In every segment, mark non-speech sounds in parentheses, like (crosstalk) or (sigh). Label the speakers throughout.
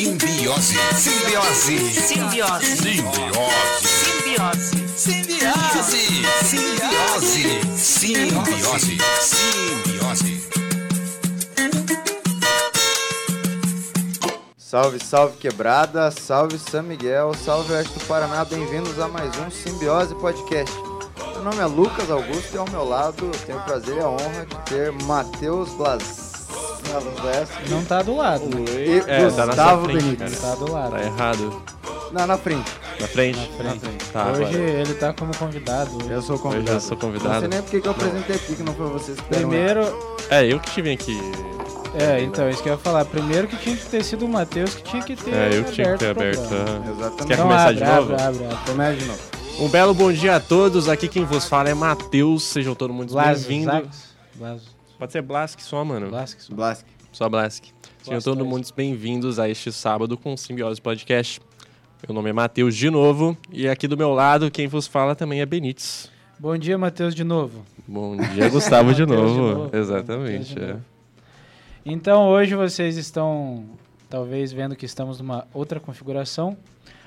Speaker 1: Simbiose. Simbiose.
Speaker 2: Simbiose.
Speaker 1: Simbiose.
Speaker 2: Simbiose.
Speaker 1: Simbiose. Simbiose. Simbiose. Simbiose.
Speaker 3: Salve, salve quebrada, salve São Miguel, salve Oeste do Paraná, bem-vindos a mais um Simbiose Podcast. Meu nome é Lucas Augusto e ao meu lado eu tenho o prazer e a honra de ter Matheus Blas... Blas-
Speaker 4: Não tá do lado, né?
Speaker 3: E
Speaker 5: É, tá
Speaker 3: Gustavo Benítez.
Speaker 4: Não tá do lado.
Speaker 6: Tá errado.
Speaker 3: Não, na frente.
Speaker 6: Na frente?
Speaker 4: Na frente.
Speaker 6: Tá,
Speaker 4: Hoje
Speaker 6: agora.
Speaker 4: ele tá como convidado.
Speaker 5: Eu sou o
Speaker 6: Hoje
Speaker 5: convidado.
Speaker 6: eu sou
Speaker 3: Não sei
Speaker 6: convidado.
Speaker 3: nem porque que eu apresentei aqui, que não foi vocês que deram né?
Speaker 4: Primeiro,
Speaker 6: É, eu que te vim aqui.
Speaker 4: é, então, isso que eu ia falar. Primeiro que tinha que ter sido o Matheus que tinha que ter
Speaker 6: É, eu que tinha que ter
Speaker 4: o
Speaker 6: aberto.
Speaker 4: programa.
Speaker 6: aham.
Speaker 3: Exatamente.
Speaker 6: Quer
Speaker 4: Então
Speaker 6: começar
Speaker 4: abre,
Speaker 6: de novo?
Speaker 4: Abre, abre, abre.
Speaker 5: Começa de novo.
Speaker 6: Um belo bom dia a todos. Aqui quem vos fala é Matheus. Sejam todos muito
Speaker 4: Blas-
Speaker 6: bem-vindos.
Speaker 4: Zax- Blas-
Speaker 6: Pode ser Blask só, mano.
Speaker 4: Blasques.
Speaker 3: Blask.
Speaker 6: Só Blask. Sejam
Speaker 4: Blask,
Speaker 6: todos
Speaker 4: Blask.
Speaker 6: muito bem-vindos a este sábado com o Simbiose Podcast. Meu nome é Matheus de novo. E aqui do meu lado, quem vos fala também é Benítez.
Speaker 4: Bom dia, Matheus, de novo.
Speaker 6: Bom
Speaker 4: (laughs)
Speaker 6: dia, Gustavo de
Speaker 4: Matheus de
Speaker 6: novo.
Speaker 4: novo.
Speaker 6: Exatamente.
Speaker 4: Matheus de
Speaker 6: é.
Speaker 4: novo. Então, hoje vocês estão talvez vendo que estamos numa outra configuração.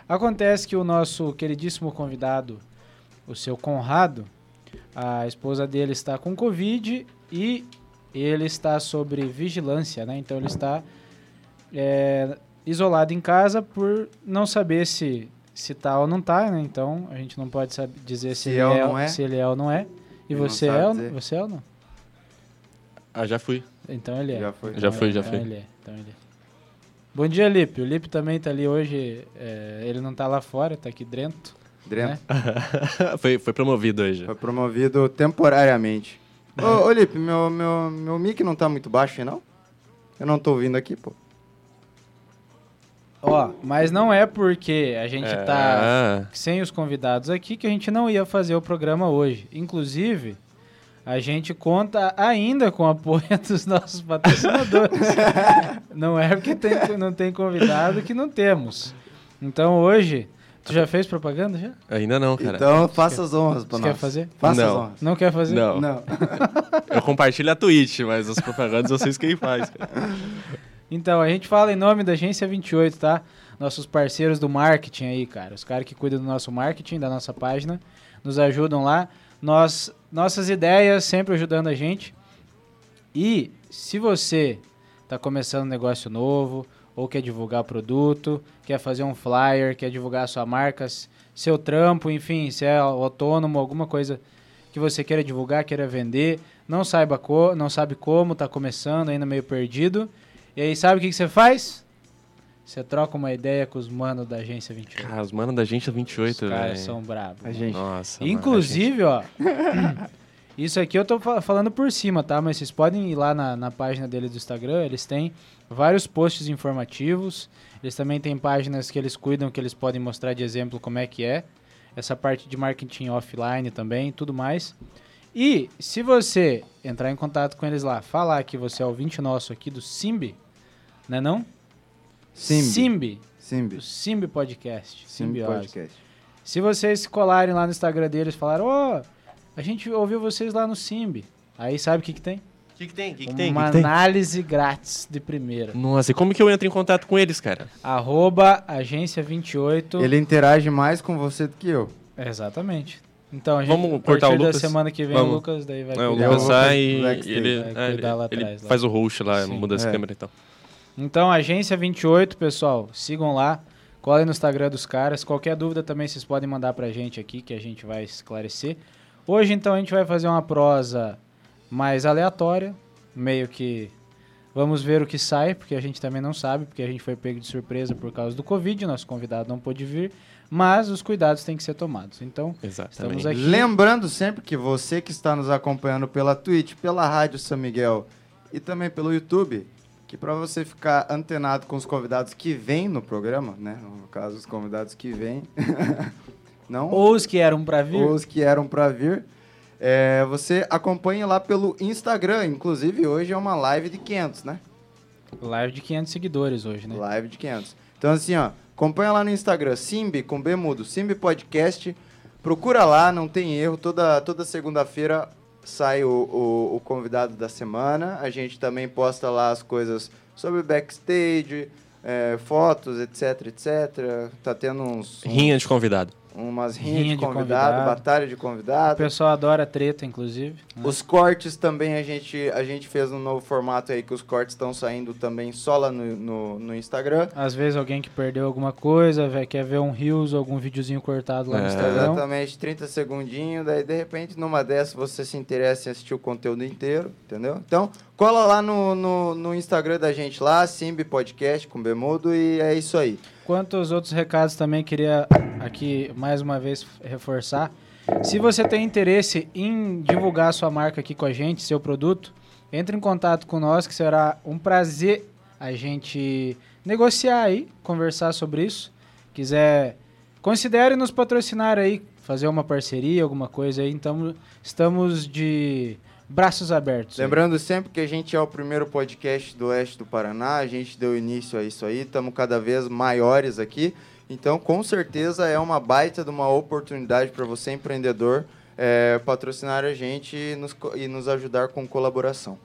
Speaker 4: Acontece que o nosso queridíssimo convidado, o seu Conrado, a esposa dele está com Covid e ele está sobre vigilância, né? Então ele está é, isolado em casa por não saber se se tá ou não tá, né? Então a gente não pode saber dizer se,
Speaker 3: Se
Speaker 4: ele
Speaker 3: é ou
Speaker 4: é,
Speaker 3: não é.
Speaker 4: se ele é ou não é. E
Speaker 3: Ele não
Speaker 4: você
Speaker 3: sabe
Speaker 4: é, ou-
Speaker 3: dizer.
Speaker 4: você é ou não?
Speaker 6: Ah, já fui. (laughs)
Speaker 4: Então ele é.
Speaker 3: Já foi.
Speaker 6: Já
Speaker 4: Então
Speaker 6: foi,
Speaker 4: ele-
Speaker 6: já
Speaker 4: então
Speaker 6: foi.
Speaker 4: ele é, então ele é. Bom dia, Lipe. O Lipe também tá ali hoje. é, ele não tá lá fora, tá aqui dentro.
Speaker 5: É?
Speaker 3: Drento.
Speaker 6: foi, foi promovido hoje.
Speaker 3: Foi promovido temporariamente.
Speaker 4: Uhum.
Speaker 3: Ô, ô Lipe, meu, meu, meu mic não tá muito baixo, não? Eu não tô ouvindo aqui, pô.
Speaker 4: Ó, mas não é porque a gente
Speaker 6: É.
Speaker 4: tá sem os convidados aqui que a gente não ia fazer o programa hoje. Inclusive, a gente conta ainda com o apoio (laughs) dos nossos
Speaker 6: (laughs)
Speaker 4: patrocinadores. não é porque tem- não tem convidado que não temos. Então hoje. Tu já fez propaganda já?
Speaker 6: Ainda não, cara.
Speaker 3: Então faça as honras pra
Speaker 4: Você
Speaker 3: nós.
Speaker 4: quer fazer?
Speaker 3: Faça
Speaker 6: Não.
Speaker 3: as honras.
Speaker 4: Não quer fazer?
Speaker 6: Não.
Speaker 3: Não.
Speaker 6: Eu compartilho a Twitch, mas as propagandas eu sei quem faz, cara.
Speaker 4: Então, a gente fala em nome da Agência 28, tá? Nossos parceiros do marketing aí, cara. Os caras que cuidam do nosso marketing, da nossa página, nos ajudam lá. Nós, nossas ideias sempre ajudando a gente. E se você está começando um negócio novo, ou quer divulgar produto, quer fazer um flyer, quer divulgar sua marca, s- seu trampo, enfim, se é autônomo, alguma coisa que você queira divulgar, queira vender, não saiba co não sabe como, está começando, ainda meio perdido. E aí, sabe o que que você faz? Você troca uma ideia com os manos da Agência 28.
Speaker 6: Cara, os manos da gente é 28,
Speaker 4: os
Speaker 6: velho.
Speaker 4: caras são bravos.
Speaker 3: A gente.
Speaker 6: Nossa. mano,
Speaker 4: Inclusive, ó, isso aqui eu tô fa- falando por cima, tá? Mas vocês podem ir lá na, na página deles do Instagram, eles têm vários posts informativos, eles também têm páginas que eles cuidam, que eles podem mostrar de exemplo como é que é, essa parte de marketing offline também, tudo mais. E se você entrar em contato com eles lá, falar que você é ouvinte nosso aqui do Simbi, né não?
Speaker 3: Simbi.
Speaker 4: Simbi,
Speaker 3: Simbi.
Speaker 4: do Simbi Podcast.
Speaker 3: Simbi
Speaker 4: Simbiose.
Speaker 3: Podcast.
Speaker 4: Se vocês se colarem lá no Instagram deles e falarem, ô, a gente ouviu vocês lá no Simbi. Aí sabe o que, que tem?
Speaker 6: gente. O que, que tem? O que, que tem? O
Speaker 4: Uma
Speaker 6: que que tem?
Speaker 4: análise grátis de primeira.
Speaker 6: Nossa, e como que eu entro em contato com eles, cara?
Speaker 4: Arroba agência28.
Speaker 3: Ele interage mais com você do que eu.
Speaker 4: Exatamente. Então, a gente,
Speaker 6: Vamos
Speaker 4: a
Speaker 6: cortar o
Speaker 4: partir da
Speaker 6: Lucas?
Speaker 4: semana que vem
Speaker 6: Vamos.
Speaker 4: o Lucas daí vai
Speaker 6: É, o
Speaker 4: cuidar.
Speaker 6: Lucas
Speaker 3: vou
Speaker 6: sai
Speaker 3: pro
Speaker 6: e
Speaker 3: backstage.
Speaker 6: ele,
Speaker 4: Vai
Speaker 6: é,
Speaker 4: cuidar lá
Speaker 6: ele
Speaker 4: atrás, lá.
Speaker 6: faz o host lá,
Speaker 4: Sim.
Speaker 6: muda essa
Speaker 3: É.
Speaker 6: câmera e tal.
Speaker 4: Então, Agência 28, pessoal, sigam lá, colhem no Instagram dos caras. Qualquer dúvida também vocês podem mandar pra gente aqui, que a gente vai esclarecer. Hoje, então, a gente vai fazer uma prosa mais aleatória, meio que vamos ver o que sai, porque a gente também não sabe, porque a gente foi pego de surpresa por causa do Covid, nosso convidado não pôde vir, mas os cuidados têm que ser tomados. Então, estamos
Speaker 6: Exatamente.
Speaker 4: aqui.
Speaker 3: Lembrando sempre que você que está nos acompanhando pela Twitch, pela Rádio São Miguel e também pelo YouTube, que para você ficar antenado com os convidados que vêm no programa, né? No caso, os convidados que vêm. (laughs) não
Speaker 4: Ou os que eram pra vir,
Speaker 3: os que eram para vir. é, você acompanha lá pelo Instagram. Inclusive, hoje é uma live de 500, né?
Speaker 4: live de 500 seguidores hoje, né?
Speaker 3: Live de 500. Então, assim, ó, acompanha lá no Instagram, Simbi, com B mudo, Simbi Podcast. Procura lá, não tem erro. Toda, toda segunda-feira sai o, o, o convidado da semana. A gente também posta lá as coisas sobre backstage, é, fotos, etc, etc. Tá tendo uns, um-
Speaker 6: Rinha de convidado.
Speaker 3: umas rinhas
Speaker 4: Rinha
Speaker 3: de
Speaker 4: de
Speaker 3: convidado,
Speaker 4: convidado.
Speaker 3: batalha de
Speaker 4: O
Speaker 3: convidado.
Speaker 4: pessoal adora treta, inclusive. né?
Speaker 3: Os cortes também a gente, a gente fez um novo formato aí que os cortes estão saindo também só lá no, no, no Instagram.
Speaker 4: Às vezes alguém que perdeu alguma coisa, vé, quer ver um Reels ou algum videozinho cortado lá no
Speaker 6: É.
Speaker 4: Instagram.
Speaker 3: Exatamente, 30 segundinhos, daí de repente numa dessas você se interessa em assistir o conteúdo inteiro, entendeu? Então, cola lá no, no, no Instagram da gente lá, Simbi Podcast com Bemudo e é isso aí.
Speaker 4: Quantos outros recados também queria aqui mais uma vez reforçar. Se você tem interesse em divulgar a sua marca aqui com a gente, seu produto, entre em contato com nós que será um prazer a gente negociar aí, conversar sobre isso. Quiser, considere nos patrocinar aí, fazer uma parceria, alguma coisa aí. Então, estamos de braços abertos. aí.
Speaker 3: Lembrando sempre que a gente é o primeiro podcast do Oeste do Paraná, a gente deu início a isso aí, estamos cada vez maiores aqui, então com certeza é uma baita de uma oportunidade para você, empreendedor, é, patrocinar a gente e nos, co- e nos ajudar com colaboração.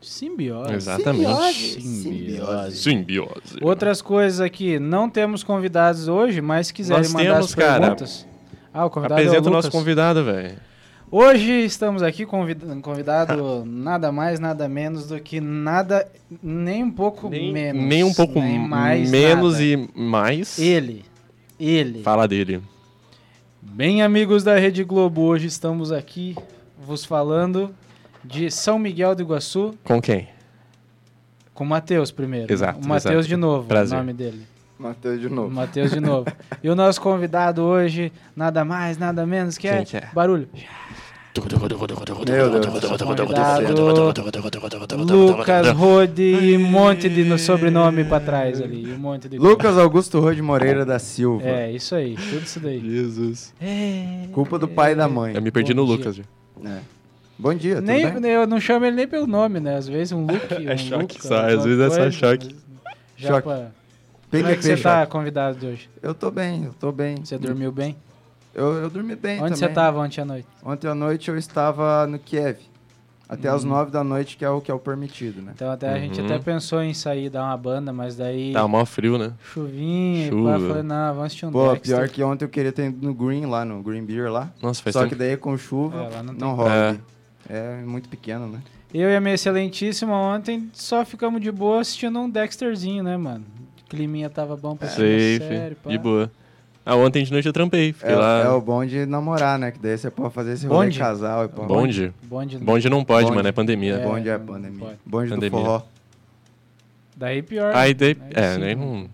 Speaker 4: Simbiose.
Speaker 6: Exatamente.
Speaker 3: Simbiose.
Speaker 6: Simbiose.
Speaker 4: Outras coisas aqui, não temos convidados hoje, mas se quiserem
Speaker 6: Nós
Speaker 4: mandar
Speaker 6: temos,
Speaker 4: as
Speaker 6: cara.
Speaker 4: perguntas. Ah, o convidado é o
Speaker 6: Apresenta o
Speaker 4: Lucas.
Speaker 6: nosso convidado, velho.
Speaker 4: Hoje estamos aqui convid... convidado (laughs) nada mais, nada menos do que nada nem um pouco menos,
Speaker 6: nem um pouco
Speaker 4: nem mais
Speaker 6: menos
Speaker 4: nada.
Speaker 6: e mais.
Speaker 4: ele, ele.
Speaker 6: Fala dele.
Speaker 4: Bem, amigos da Rede Globo, hoje estamos aqui vos falando de São Miguel do Iguaçu
Speaker 6: Com quem?
Speaker 4: com o Matheus primeiro.
Speaker 6: Exato,
Speaker 4: O Matheus
Speaker 6: exato.
Speaker 4: de novo,
Speaker 6: Prazer.
Speaker 4: o nome dele.
Speaker 3: Matheus de
Speaker 4: O
Speaker 3: novo.
Speaker 4: Matheus de novo. e o nosso convidado hoje, nada mais, nada menos que é,
Speaker 6: Quem que é?
Speaker 4: barulho.
Speaker 3: Meu Deus.
Speaker 4: Convidado Lucas Rode e um monte de no sobrenome pra trás ali. e Um monte de
Speaker 3: Lucas Augusto Rode Moreira da Silva.
Speaker 4: É, isso aí, tudo isso daí.
Speaker 6: Jesus.
Speaker 4: É.
Speaker 3: Culpa do pai e da mãe.
Speaker 6: Eu me perdi
Speaker 4: Bom
Speaker 6: no
Speaker 4: dia.
Speaker 6: Lucas. já.
Speaker 3: É. Bom dia, tudo
Speaker 4: Nem,
Speaker 3: bem?
Speaker 4: nem- eu não chamo ele nem pelo nome, né? Às vezes um
Speaker 6: (laughs)
Speaker 4: Luke.
Speaker 6: tá, É
Speaker 4: um
Speaker 6: choque
Speaker 4: Luca,
Speaker 6: só, às
Speaker 4: alguma
Speaker 6: vezes é só
Speaker 4: coisa,
Speaker 6: choque.
Speaker 4: Já
Speaker 3: Choque.
Speaker 4: pra-
Speaker 3: Pega
Speaker 4: Como é que você
Speaker 3: aqui,
Speaker 4: tá, convidado de hoje?
Speaker 3: Eu tô bem, eu tô bem.
Speaker 4: Você dormiu bem?
Speaker 3: Eu, eu dormi bem também.
Speaker 4: Onde você tá? tava ontem à noite?
Speaker 3: Ontem à noite eu estava no Kiev. Até às nove da noite, que é o que é o permitido, né?
Speaker 4: Então até, a gente
Speaker 6: Uhum.
Speaker 4: até pensou em sair dar uma banda, mas daí.
Speaker 6: Tá mó frio, né?
Speaker 4: Chuvinha,
Speaker 6: Chuva.
Speaker 4: Chuva. pá, falei, não, vamos assistir um
Speaker 3: Pô,
Speaker 4: Dexter.
Speaker 3: pior que ontem eu queria ter ido no Green lá, no Green Beer lá.
Speaker 6: Nossa, faz
Speaker 3: Só
Speaker 6: tempo.
Speaker 3: que daí com chuva
Speaker 4: É, lá
Speaker 3: não,
Speaker 4: não
Speaker 6: É.
Speaker 3: rola. né? É. muito pequeno, né?
Speaker 4: Eu e a minha excelentíssima ontem só ficamos de boa assistindo um Dexterzinho, né, mano? O climinha tava bom pra assistir É, uma série,
Speaker 6: Safe.
Speaker 4: pá.
Speaker 6: De boa. Ah, ontem de noite eu trampei. Fiquei
Speaker 3: É,
Speaker 6: lá.
Speaker 3: é o bom de namorar, né? Que daí você pode fazer esse rolê
Speaker 4: Bonde?
Speaker 3: casal. E pô,
Speaker 6: Bonde?
Speaker 4: Bonde,
Speaker 6: Bonde não pode,
Speaker 3: Bonde.
Speaker 6: mano. É pandemia.
Speaker 4: É.
Speaker 3: Bonde é a
Speaker 4: não
Speaker 3: pandemia.
Speaker 4: pode.
Speaker 3: Bonde do
Speaker 6: Pandemia.
Speaker 3: forró.
Speaker 4: Daí pior.
Speaker 6: Aí daí.
Speaker 4: Aí
Speaker 6: É,
Speaker 4: sim, né?
Speaker 6: daí não.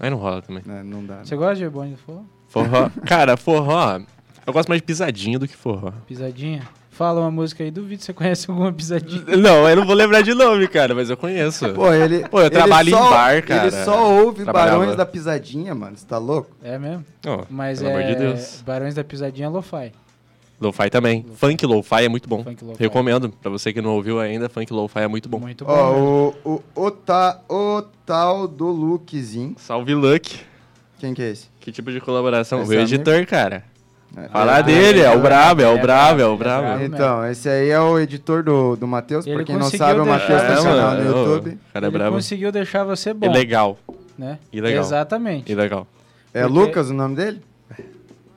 Speaker 6: Aí não rola também.
Speaker 3: né? Não dá. né?
Speaker 4: Você gosta de bonde do forró?
Speaker 6: Forró. (laughs) Cara, forró. Eu gosto mais de pisadinha do que forró.
Speaker 4: Pisadinha? Fala uma música aí, duvido que você (laughs) conhece alguma pisadinha.
Speaker 6: (laughs) Não, eu não vou lembrar de nome, cara, mas eu conheço.
Speaker 3: Pô, ele.
Speaker 6: Pô, eu
Speaker 3: ele
Speaker 6: trabalho em
Speaker 3: só-
Speaker 6: bar, cara.
Speaker 3: Ele só ouve
Speaker 6: Trabalhava.
Speaker 3: Barões da Pisadinha, mano. Você tá louco?
Speaker 4: É mesmo?
Speaker 6: Ó,
Speaker 4: Mas
Speaker 6: pelo
Speaker 4: é.
Speaker 6: amor de Deus.
Speaker 4: Barões da Pisadinha é lo-fi.
Speaker 6: Lo-fi também. Funk lo-fi é muito bom.
Speaker 4: Funk lo-fi.
Speaker 6: Recomendo. Pra você que não ouviu ainda, funk lo-fi é muito bom.
Speaker 4: Muito bom. né?
Speaker 3: Ó, o, o, o, ta- o tal do Lukezinho.
Speaker 6: Salve Luck.
Speaker 3: Quem que é esse?
Speaker 6: Que tipo de colaboração?
Speaker 3: Esse
Speaker 6: o
Speaker 3: é
Speaker 6: editor, cara.
Speaker 3: É,
Speaker 6: Falar
Speaker 4: Ah,
Speaker 6: dele, é o
Speaker 4: ele-
Speaker 6: brabo, é
Speaker 4: ele
Speaker 6: o
Speaker 4: é
Speaker 6: brabo, é o
Speaker 4: brabo, ele é
Speaker 6: brabo.
Speaker 4: brabo.
Speaker 3: Então, esse aí é o editor do, do Matheus. Pra
Speaker 4: Ele
Speaker 3: quem não
Speaker 4: conseguiu
Speaker 3: sabe, é o
Speaker 4: deixar-
Speaker 3: Matheus tem
Speaker 4: É,
Speaker 3: canal
Speaker 6: mano,
Speaker 3: no
Speaker 6: ô,
Speaker 3: YouTube.
Speaker 6: O cara é
Speaker 4: Ele
Speaker 6: brabo.
Speaker 4: conseguiu deixar você bom,
Speaker 6: E legal.
Speaker 4: né?
Speaker 6: E legal.
Speaker 4: Exatamente.
Speaker 6: E legal.
Speaker 3: É
Speaker 4: Porque-
Speaker 3: Lucas o nome dele?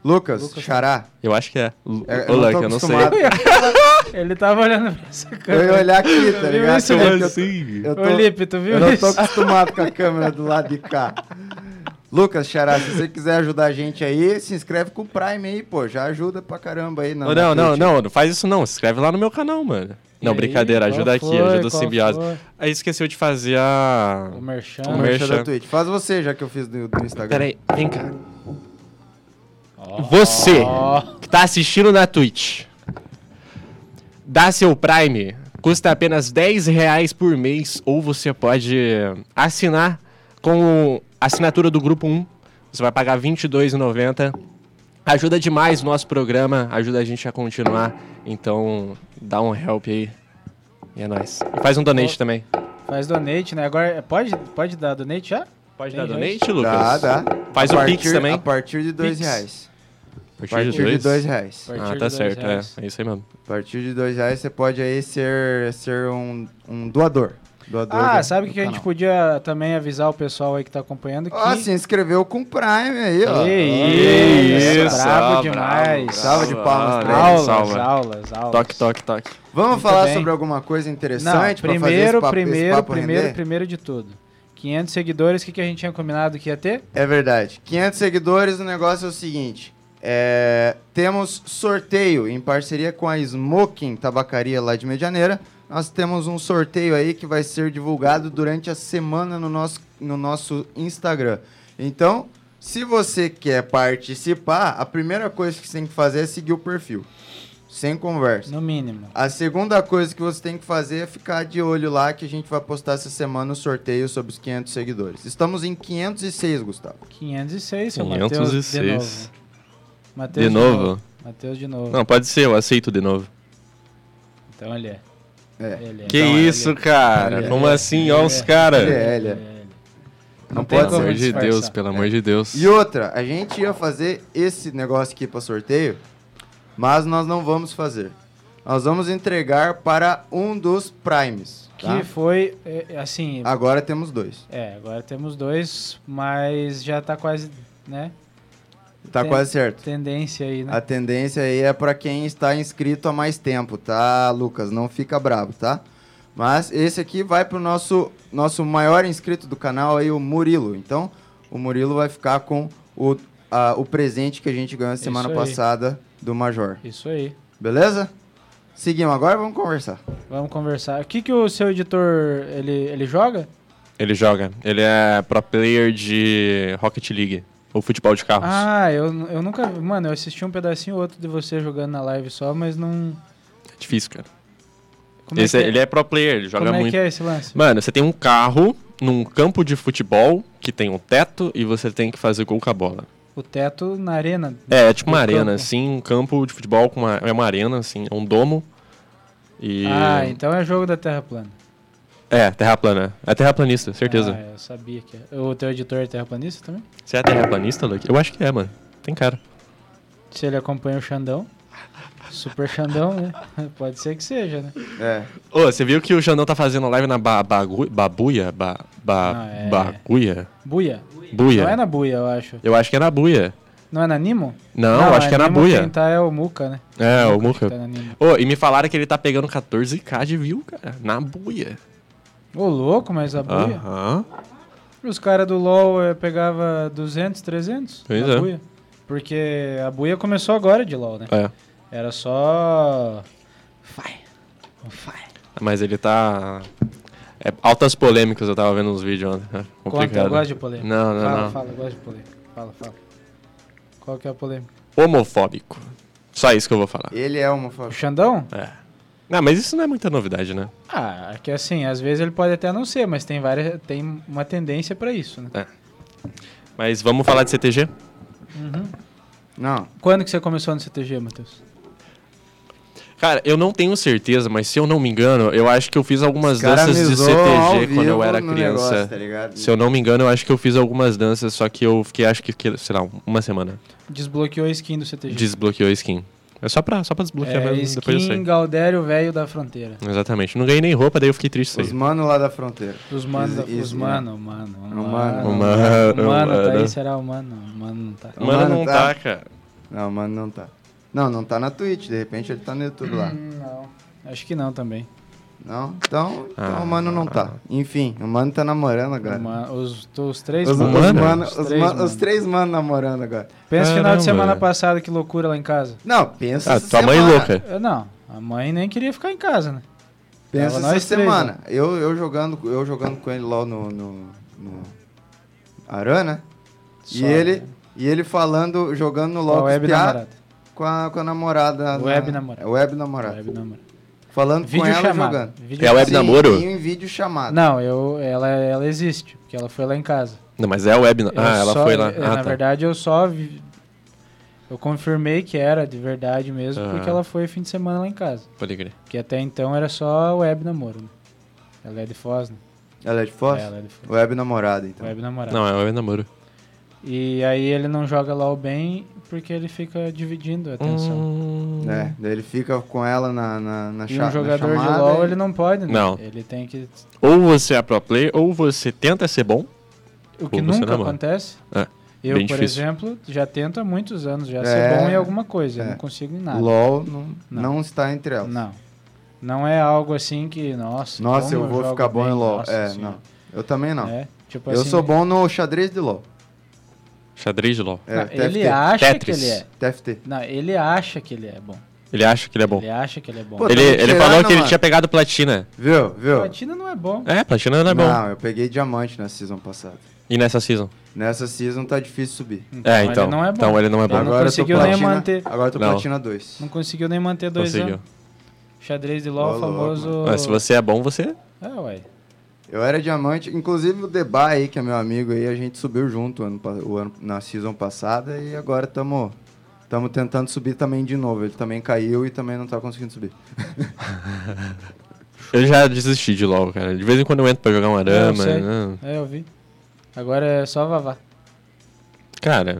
Speaker 3: Lucas,
Speaker 4: Lucas.
Speaker 3: Xará.
Speaker 6: Eu acho que é. L-
Speaker 3: É,
Speaker 6: Ô,
Speaker 3: eu não tô
Speaker 6: Luck, eu não sei.
Speaker 3: acostumado.
Speaker 6: (laughs)
Speaker 4: Ele tava olhando pra essa
Speaker 3: Eu ia
Speaker 4: câmera.
Speaker 3: olhar aqui, tá ligado?
Speaker 4: isso,
Speaker 3: É que
Speaker 4: mano?
Speaker 3: eu-
Speaker 6: assim?
Speaker 3: Eu tô,
Speaker 4: Ô, Lipe, tu viu
Speaker 3: eu não
Speaker 4: isso?
Speaker 3: tô acostumado com a câmera do lado de cá. Lucas Xará, se você quiser ajudar a gente aí, se inscreve com o Prime aí, pô. Já ajuda pra caramba aí. Na,
Speaker 6: Ô,
Speaker 3: na
Speaker 6: Não, não,
Speaker 3: Twitch.
Speaker 6: não, não faz isso não. Se inscreve lá no meu canal, mano.
Speaker 4: E
Speaker 6: Não,
Speaker 4: aí,
Speaker 6: brincadeira,
Speaker 4: qual
Speaker 6: ajuda aqui,
Speaker 4: foi,
Speaker 6: ajuda o
Speaker 4: qual
Speaker 6: simbiose.
Speaker 4: foi?
Speaker 6: Aí esqueceu de fazer a.
Speaker 4: O Merchan.
Speaker 6: O
Speaker 3: O merchan
Speaker 6: merchan.
Speaker 3: da Twitch. Faz você, já que eu fiz do, do Instagram.
Speaker 6: Peraí, vem cá. Você
Speaker 4: Ó.
Speaker 6: que tá assistindo na Twitch, dá seu Prime, custa apenas 10 reais por mês, ou você pode assinar com a assinatura do Grupo 1, você vai pagar R$ 22,90. Ajuda demais o nosso programa, ajuda a gente a continuar, então dá um help aí. E é nóis. E faz um donate também.
Speaker 4: Faz donate, né? Agora, pode, pode dar donate já?
Speaker 6: Pode
Speaker 4: dar
Speaker 6: dar
Speaker 4: donate,
Speaker 6: donate, Lucas?
Speaker 3: Dá, dá.
Speaker 6: Faz
Speaker 3: A
Speaker 6: o Pix
Speaker 3: partir-
Speaker 6: também.
Speaker 3: A partir de dois
Speaker 4: Pix.
Speaker 3: reais.
Speaker 6: A
Speaker 3: A partir de dois reais.
Speaker 4: A
Speaker 6: Ah,
Speaker 4: partir
Speaker 6: tá
Speaker 4: de dois
Speaker 6: certo, é.
Speaker 4: reais.
Speaker 6: É isso aí mesmo.
Speaker 3: A partir de dois reais Então você pode aí ser, ser um, um doador. doador.
Speaker 4: Ah,
Speaker 3: do-
Speaker 4: sabe o
Speaker 3: do
Speaker 4: que a gente
Speaker 3: canal.
Speaker 4: podia também avisar o pessoal aí que tá acompanhando? Que...
Speaker 3: Ó, se inscreveu com Prime aí, ó.
Speaker 4: Que isso,
Speaker 6: Isso,
Speaker 4: bravo
Speaker 6: ah,
Speaker 4: demais.
Speaker 3: Salva de palmas pra
Speaker 4: Aulas,
Speaker 6: Aulas,
Speaker 4: aulas,
Speaker 6: salva.
Speaker 4: aulas, aulas.
Speaker 6: Toque, toque, toque.
Speaker 3: Vamos
Speaker 4: Muito
Speaker 3: falar
Speaker 4: bem.
Speaker 3: sobre alguma coisa
Speaker 4: Não,
Speaker 3: interessante pra fazer esse
Speaker 4: primeiro,
Speaker 3: papo, esse
Speaker 4: primeiro,
Speaker 3: papo
Speaker 4: primeiro,
Speaker 3: render?
Speaker 4: primeiro de tudo. 500 seguidores, o que, que a gente tinha combinado que ia ter?
Speaker 3: É verdade. 500 seguidores, o negócio é o seguinte. é, temos sorteio em parceria com a Smoking Tabacaria lá de Medianeira. Nós temos um sorteio aí que vai ser divulgado durante a semana no nosso, no nosso Instagram. Então, se você quer participar, a primeira coisa que você tem que fazer é seguir o perfil. Sem conversa.
Speaker 4: No mínimo.
Speaker 3: A segunda coisa que você tem que fazer é ficar de olho lá que a gente vai postar essa semana o sorteio sobre os 500 seguidores. Estamos em 506, Gustavo.
Speaker 4: 506, seu Matheus. De
Speaker 6: 506.
Speaker 4: novo. Mateus
Speaker 6: De novo?
Speaker 4: Matheus de novo.
Speaker 6: Não, pode ser, eu aceito de novo.
Speaker 4: Então ele é.
Speaker 3: É.
Speaker 4: Ele é.
Speaker 6: Que
Speaker 4: Então,
Speaker 6: isso,
Speaker 4: ele é.
Speaker 6: cara?
Speaker 3: é.
Speaker 6: Como assim? Ó, os
Speaker 3: Ele
Speaker 6: caras.
Speaker 3: é,
Speaker 4: Ele
Speaker 3: ele
Speaker 4: é,
Speaker 3: é.
Speaker 4: ele é.
Speaker 3: Não
Speaker 4: tem
Speaker 3: pode
Speaker 6: Pelo
Speaker 4: como
Speaker 6: amor
Speaker 3: ser.
Speaker 6: de
Speaker 4: disfarçar.
Speaker 6: Deus, pelo amor de Deus.
Speaker 3: E outra, a gente ia fazer esse negócio aqui para sorteio, mas nós não vamos fazer. Nós vamos entregar para um dos primes. tá?
Speaker 4: Que foi, é, é, assim...
Speaker 3: Agora temos dois.
Speaker 4: É, agora temos dois, mas já tá quase, né?
Speaker 3: Tá
Speaker 4: Tem-
Speaker 3: quase certo.
Speaker 4: Tendência aí, né?
Speaker 3: A tendência aí é para quem está inscrito há mais tempo, tá, Lucas? Não fica bravo, tá? Mas esse aqui vai pro nosso nosso maior inscrito do canal aí, o Murilo. Então, o Murilo vai ficar com o, a- o presente que a gente ganhou
Speaker 4: Isso
Speaker 3: semana
Speaker 4: aí.
Speaker 3: passada do Major.
Speaker 4: Isso aí.
Speaker 3: Beleza? Seguimos agora, vamos conversar.
Speaker 4: Vamos conversar. O que, que o seu editor, ele, ele joga?
Speaker 6: Ele joga. Ele é pro player de Rocket League, ou futebol de carros.
Speaker 4: Ah, eu, eu nunca... Mano, eu assisti um pedacinho ou outro de você jogando na live só, mas não...
Speaker 6: É difícil, cara.
Speaker 4: Como
Speaker 6: Esse,
Speaker 4: é que
Speaker 6: Ele é pro player, ele joga
Speaker 4: Como é
Speaker 6: muito.
Speaker 4: que é esse lance?
Speaker 6: Mano, você tem um carro num campo de futebol que tem um teto e você tem que fazer gol com a bola.
Speaker 4: O teto na arena.
Speaker 6: É, é tipo uma
Speaker 4: Um
Speaker 6: arena,
Speaker 4: campo.
Speaker 6: assim, um campo de futebol com uma, é uma arena, assim, é um domo. E.
Speaker 4: Ah, então é jogo da Terra plana.
Speaker 6: É, terra plana. É terraplanista, certeza.
Speaker 4: Ah, eu sabia que era. O teu editor é terraplanista também?
Speaker 6: Você é terraplanista, Luke? Eu acho que é, mano. Tem cara.
Speaker 4: Se ele acompanha o Xandão. Super Xandão, né? (laughs) Pode ser que seja, né?
Speaker 3: É.
Speaker 6: Ô, você viu que o Xandão tá fazendo live na ba bagu babuia? Ba ba
Speaker 4: Não, é-
Speaker 6: Baguia?
Speaker 4: Buia.
Speaker 6: Buia.
Speaker 4: Não é na buia, eu acho.
Speaker 6: Eu acho que é na buia.
Speaker 4: Não é na Nimo?
Speaker 6: Não, eu acho que é na
Speaker 4: Nimo
Speaker 6: buia.
Speaker 4: Quem tá é o Muca, né?
Speaker 6: É, o
Speaker 4: Acho que
Speaker 6: Muca.
Speaker 4: Tá na Nimo.
Speaker 6: Ô, e me falaram que ele tá pegando 14k de view, cara. Na buia.
Speaker 4: Ô, louco, mas a buia.
Speaker 6: Aham.
Speaker 4: Os caras do LoL eh, pegava 200, 300
Speaker 6: Pois
Speaker 4: na
Speaker 6: é.
Speaker 4: buia. Porque a buia começou agora de LoL, né?
Speaker 6: É.
Speaker 4: Era só. Vai. Vai.
Speaker 6: Mas ele tá. É, altas polêmicas, eu tava vendo uns vídeos ontem. É
Speaker 4: Conta, eu
Speaker 6: complicado.
Speaker 4: gosto de polêmica.
Speaker 6: Não, não,
Speaker 4: fala,
Speaker 6: não.
Speaker 4: fala, eu gosto de polêmica. Fala, fala. Qual que é a polêmica?
Speaker 6: Homofóbico. Só isso que eu vou falar.
Speaker 3: Ele é
Speaker 4: O
Speaker 3: homofóbico.
Speaker 4: Xandão?
Speaker 6: Não, mas isso não é muita novidade, né?
Speaker 4: Ah, que assim, às vezes ele pode até não ser, mas tem várias, tem uma tendência pra isso, né?
Speaker 6: Mas vamos falar de CTG?
Speaker 3: Não.
Speaker 4: Quando que você começou no CTG, Matheus?
Speaker 6: Cara, eu não tenho certeza, mas se eu não me engano, eu acho que eu fiz algumas
Speaker 3: Os cara
Speaker 6: danças de
Speaker 3: me zoam ao
Speaker 6: CTG quando
Speaker 3: vivo
Speaker 6: eu era
Speaker 3: no
Speaker 6: criança.
Speaker 3: negócio, tá ligado?
Speaker 6: se eu não me engano, eu acho que eu fiz algumas danças, só que eu fiquei, acho que, que- sei lá, uma semana.
Speaker 4: Desbloqueou a skin do CTG.
Speaker 6: Desbloqueou a skin. É só pra, só pra desbloquear
Speaker 4: é,
Speaker 6: mesmo, depois eu
Speaker 4: skin
Speaker 6: sei.
Speaker 4: Galdério Velho da Fronteira.
Speaker 6: Exatamente. Não ganhei nem roupa, daí eu fiquei triste.
Speaker 3: Os
Speaker 6: sei.
Speaker 3: mano lá da fronteira.
Speaker 4: Os manos,
Speaker 3: Is- is-
Speaker 4: os mano, mano, mano,
Speaker 3: Humano.
Speaker 6: Humano,
Speaker 4: humano tá aí,
Speaker 6: humano.
Speaker 4: será humano? Humano não tá.
Speaker 6: Mano,
Speaker 3: Mano,
Speaker 6: não
Speaker 3: tá-
Speaker 6: tá, cara.
Speaker 3: Não, mano, não tá. Não, não tá na Twitch, de repente ele tá no YouTube lá.
Speaker 4: Não, acho que não também.
Speaker 3: Não? Então, então
Speaker 6: Ah.
Speaker 3: o mano não tá. Enfim, o mano tá namorando agora.
Speaker 4: Uma- os, os três
Speaker 3: Os, os
Speaker 4: mano.
Speaker 6: Mano?
Speaker 3: mano-
Speaker 4: Os
Speaker 3: os
Speaker 4: três
Speaker 3: mano-
Speaker 4: mano.
Speaker 3: os três mano namorando agora.
Speaker 4: Pensa no final de
Speaker 6: Caramba.
Speaker 4: semana passada, que loucura lá em casa.
Speaker 3: Não, pensa
Speaker 6: Ah,
Speaker 3: essa
Speaker 4: é
Speaker 6: tua mãe
Speaker 3: semana.
Speaker 6: louca.
Speaker 4: Eu, não, a mãe nem queria ficar em casa, né?
Speaker 3: Pensa
Speaker 4: Tava
Speaker 3: essa
Speaker 4: nós três,
Speaker 3: semana. né? eu, eu, jogando, eu jogando com ele lá no, no, no Arana. e,
Speaker 4: Só,
Speaker 3: ele,
Speaker 4: né?
Speaker 3: e ele falando, jogando no
Speaker 4: Com a
Speaker 3: LOL
Speaker 4: web
Speaker 3: com, os piá-
Speaker 4: namorada.
Speaker 3: com, a, com a namorada.
Speaker 4: Web namorada.
Speaker 3: É, Web namorada.
Speaker 4: Web namorada.
Speaker 3: Falando com
Speaker 4: Vídeo
Speaker 3: ela
Speaker 4: chamada.
Speaker 3: jogando.
Speaker 4: Vídeo
Speaker 6: É a web
Speaker 3: Sim,
Speaker 6: namoro?
Speaker 3: Em vídeo chamado.
Speaker 4: Não, eu, ela, ela existe, porque ela foi lá em casa.
Speaker 6: Não, mas é a web.
Speaker 4: Eu
Speaker 6: Ah, ela
Speaker 4: só-
Speaker 6: foi lá.
Speaker 4: eu,
Speaker 6: Ah,
Speaker 4: na
Speaker 6: tá.
Speaker 4: verdade, eu só. vi- eu confirmei que era de verdade mesmo,
Speaker 6: Ah.
Speaker 4: porque ela foi fim de semana lá em casa.
Speaker 6: Pode crer.
Speaker 4: Que até então era só web namoro, né? Ela é de Foz, né?
Speaker 3: Ela é de Foz?
Speaker 4: É, Ela é de Foz.
Speaker 3: Web namorada, então.
Speaker 4: Web namorada.
Speaker 6: Não, é web namoro.
Speaker 4: E aí ele não joga lá o bem porque ele fica dividindo
Speaker 6: Hum,
Speaker 4: a atenção. um
Speaker 3: É, daí ele fica com ela na, na, na,
Speaker 4: e
Speaker 3: cha-
Speaker 4: um
Speaker 3: na
Speaker 4: jogador de
Speaker 3: chamada
Speaker 4: LoL,
Speaker 3: e-
Speaker 4: ele não pode, né?
Speaker 6: Não.
Speaker 4: Ele tem que...
Speaker 6: Ou você é pro player, ou você tenta ser bom.
Speaker 4: O que
Speaker 6: Ou você
Speaker 4: nunca
Speaker 6: namora.
Speaker 4: acontece.
Speaker 6: É,
Speaker 4: Eu,
Speaker 6: bem
Speaker 4: por
Speaker 6: difícil.
Speaker 4: exemplo, já tento há muitos anos já
Speaker 3: É,
Speaker 4: ser bom em alguma coisa. Eu
Speaker 3: é.
Speaker 4: não consigo em nada.
Speaker 3: LOL não,
Speaker 4: Não.
Speaker 3: não. está entre elas.
Speaker 4: Não. Não é algo assim que, nossa...
Speaker 3: Nossa,
Speaker 4: como
Speaker 3: eu vou
Speaker 4: jogo
Speaker 3: ficar bom
Speaker 4: bem,
Speaker 3: em LOL.
Speaker 4: nossa
Speaker 3: é,
Speaker 4: senhora.
Speaker 3: não. Eu também não.
Speaker 4: É, tipo
Speaker 3: eu
Speaker 4: assim,
Speaker 3: sou bom no xadrez de LOL.
Speaker 6: Xadrez de LOL.
Speaker 3: É,
Speaker 4: não,
Speaker 3: TFT.
Speaker 4: ele acha
Speaker 6: Tetris.
Speaker 4: que ele é.
Speaker 3: TFT.
Speaker 4: Não, ele acha que ele é bom.
Speaker 6: Ele acha que ele é bom.
Speaker 4: Ele acha que ele é bom.
Speaker 3: Pô,
Speaker 6: Ele,
Speaker 3: tá me
Speaker 6: ele
Speaker 3: tirando,
Speaker 6: falou que ele
Speaker 3: mano.
Speaker 6: tinha pegado platina.
Speaker 3: Viu, viu?
Speaker 4: Platina não é bom.
Speaker 6: É, platina não é bom.
Speaker 3: Não, eu peguei diamante na season passada.
Speaker 6: E nessa season?
Speaker 3: Nessa season tá difícil subir.
Speaker 6: é, então.
Speaker 4: Ele não é bom.
Speaker 6: Então ele não é bom.
Speaker 4: não
Speaker 3: agora
Speaker 4: conseguiu
Speaker 3: eu tô
Speaker 4: nem
Speaker 3: platina,
Speaker 4: manter.
Speaker 3: Agora eu tô
Speaker 6: Não.
Speaker 3: platina 2.
Speaker 4: Não conseguiu nem manter dois
Speaker 6: Conseguiu.
Speaker 4: anos. Xadrez de LOL,
Speaker 3: Ô,
Speaker 4: famoso...
Speaker 6: Ah, se você é bom, você.
Speaker 4: É, ué.
Speaker 3: Eu era diamante, inclusive o Deba aí, que é meu amigo aí, a gente subiu junto ano, pa- o ano, na season passada e agora estamos tamo tentando subir também de novo. Ele também caiu e também não tá conseguindo subir.
Speaker 6: Eu já desisti de LOL, cara. De vez em quando eu entro pra jogar um
Speaker 4: eu
Speaker 6: arama.
Speaker 4: sei.
Speaker 6: né?
Speaker 4: É, eu vi. Agora é só Vavá.
Speaker 6: Cara.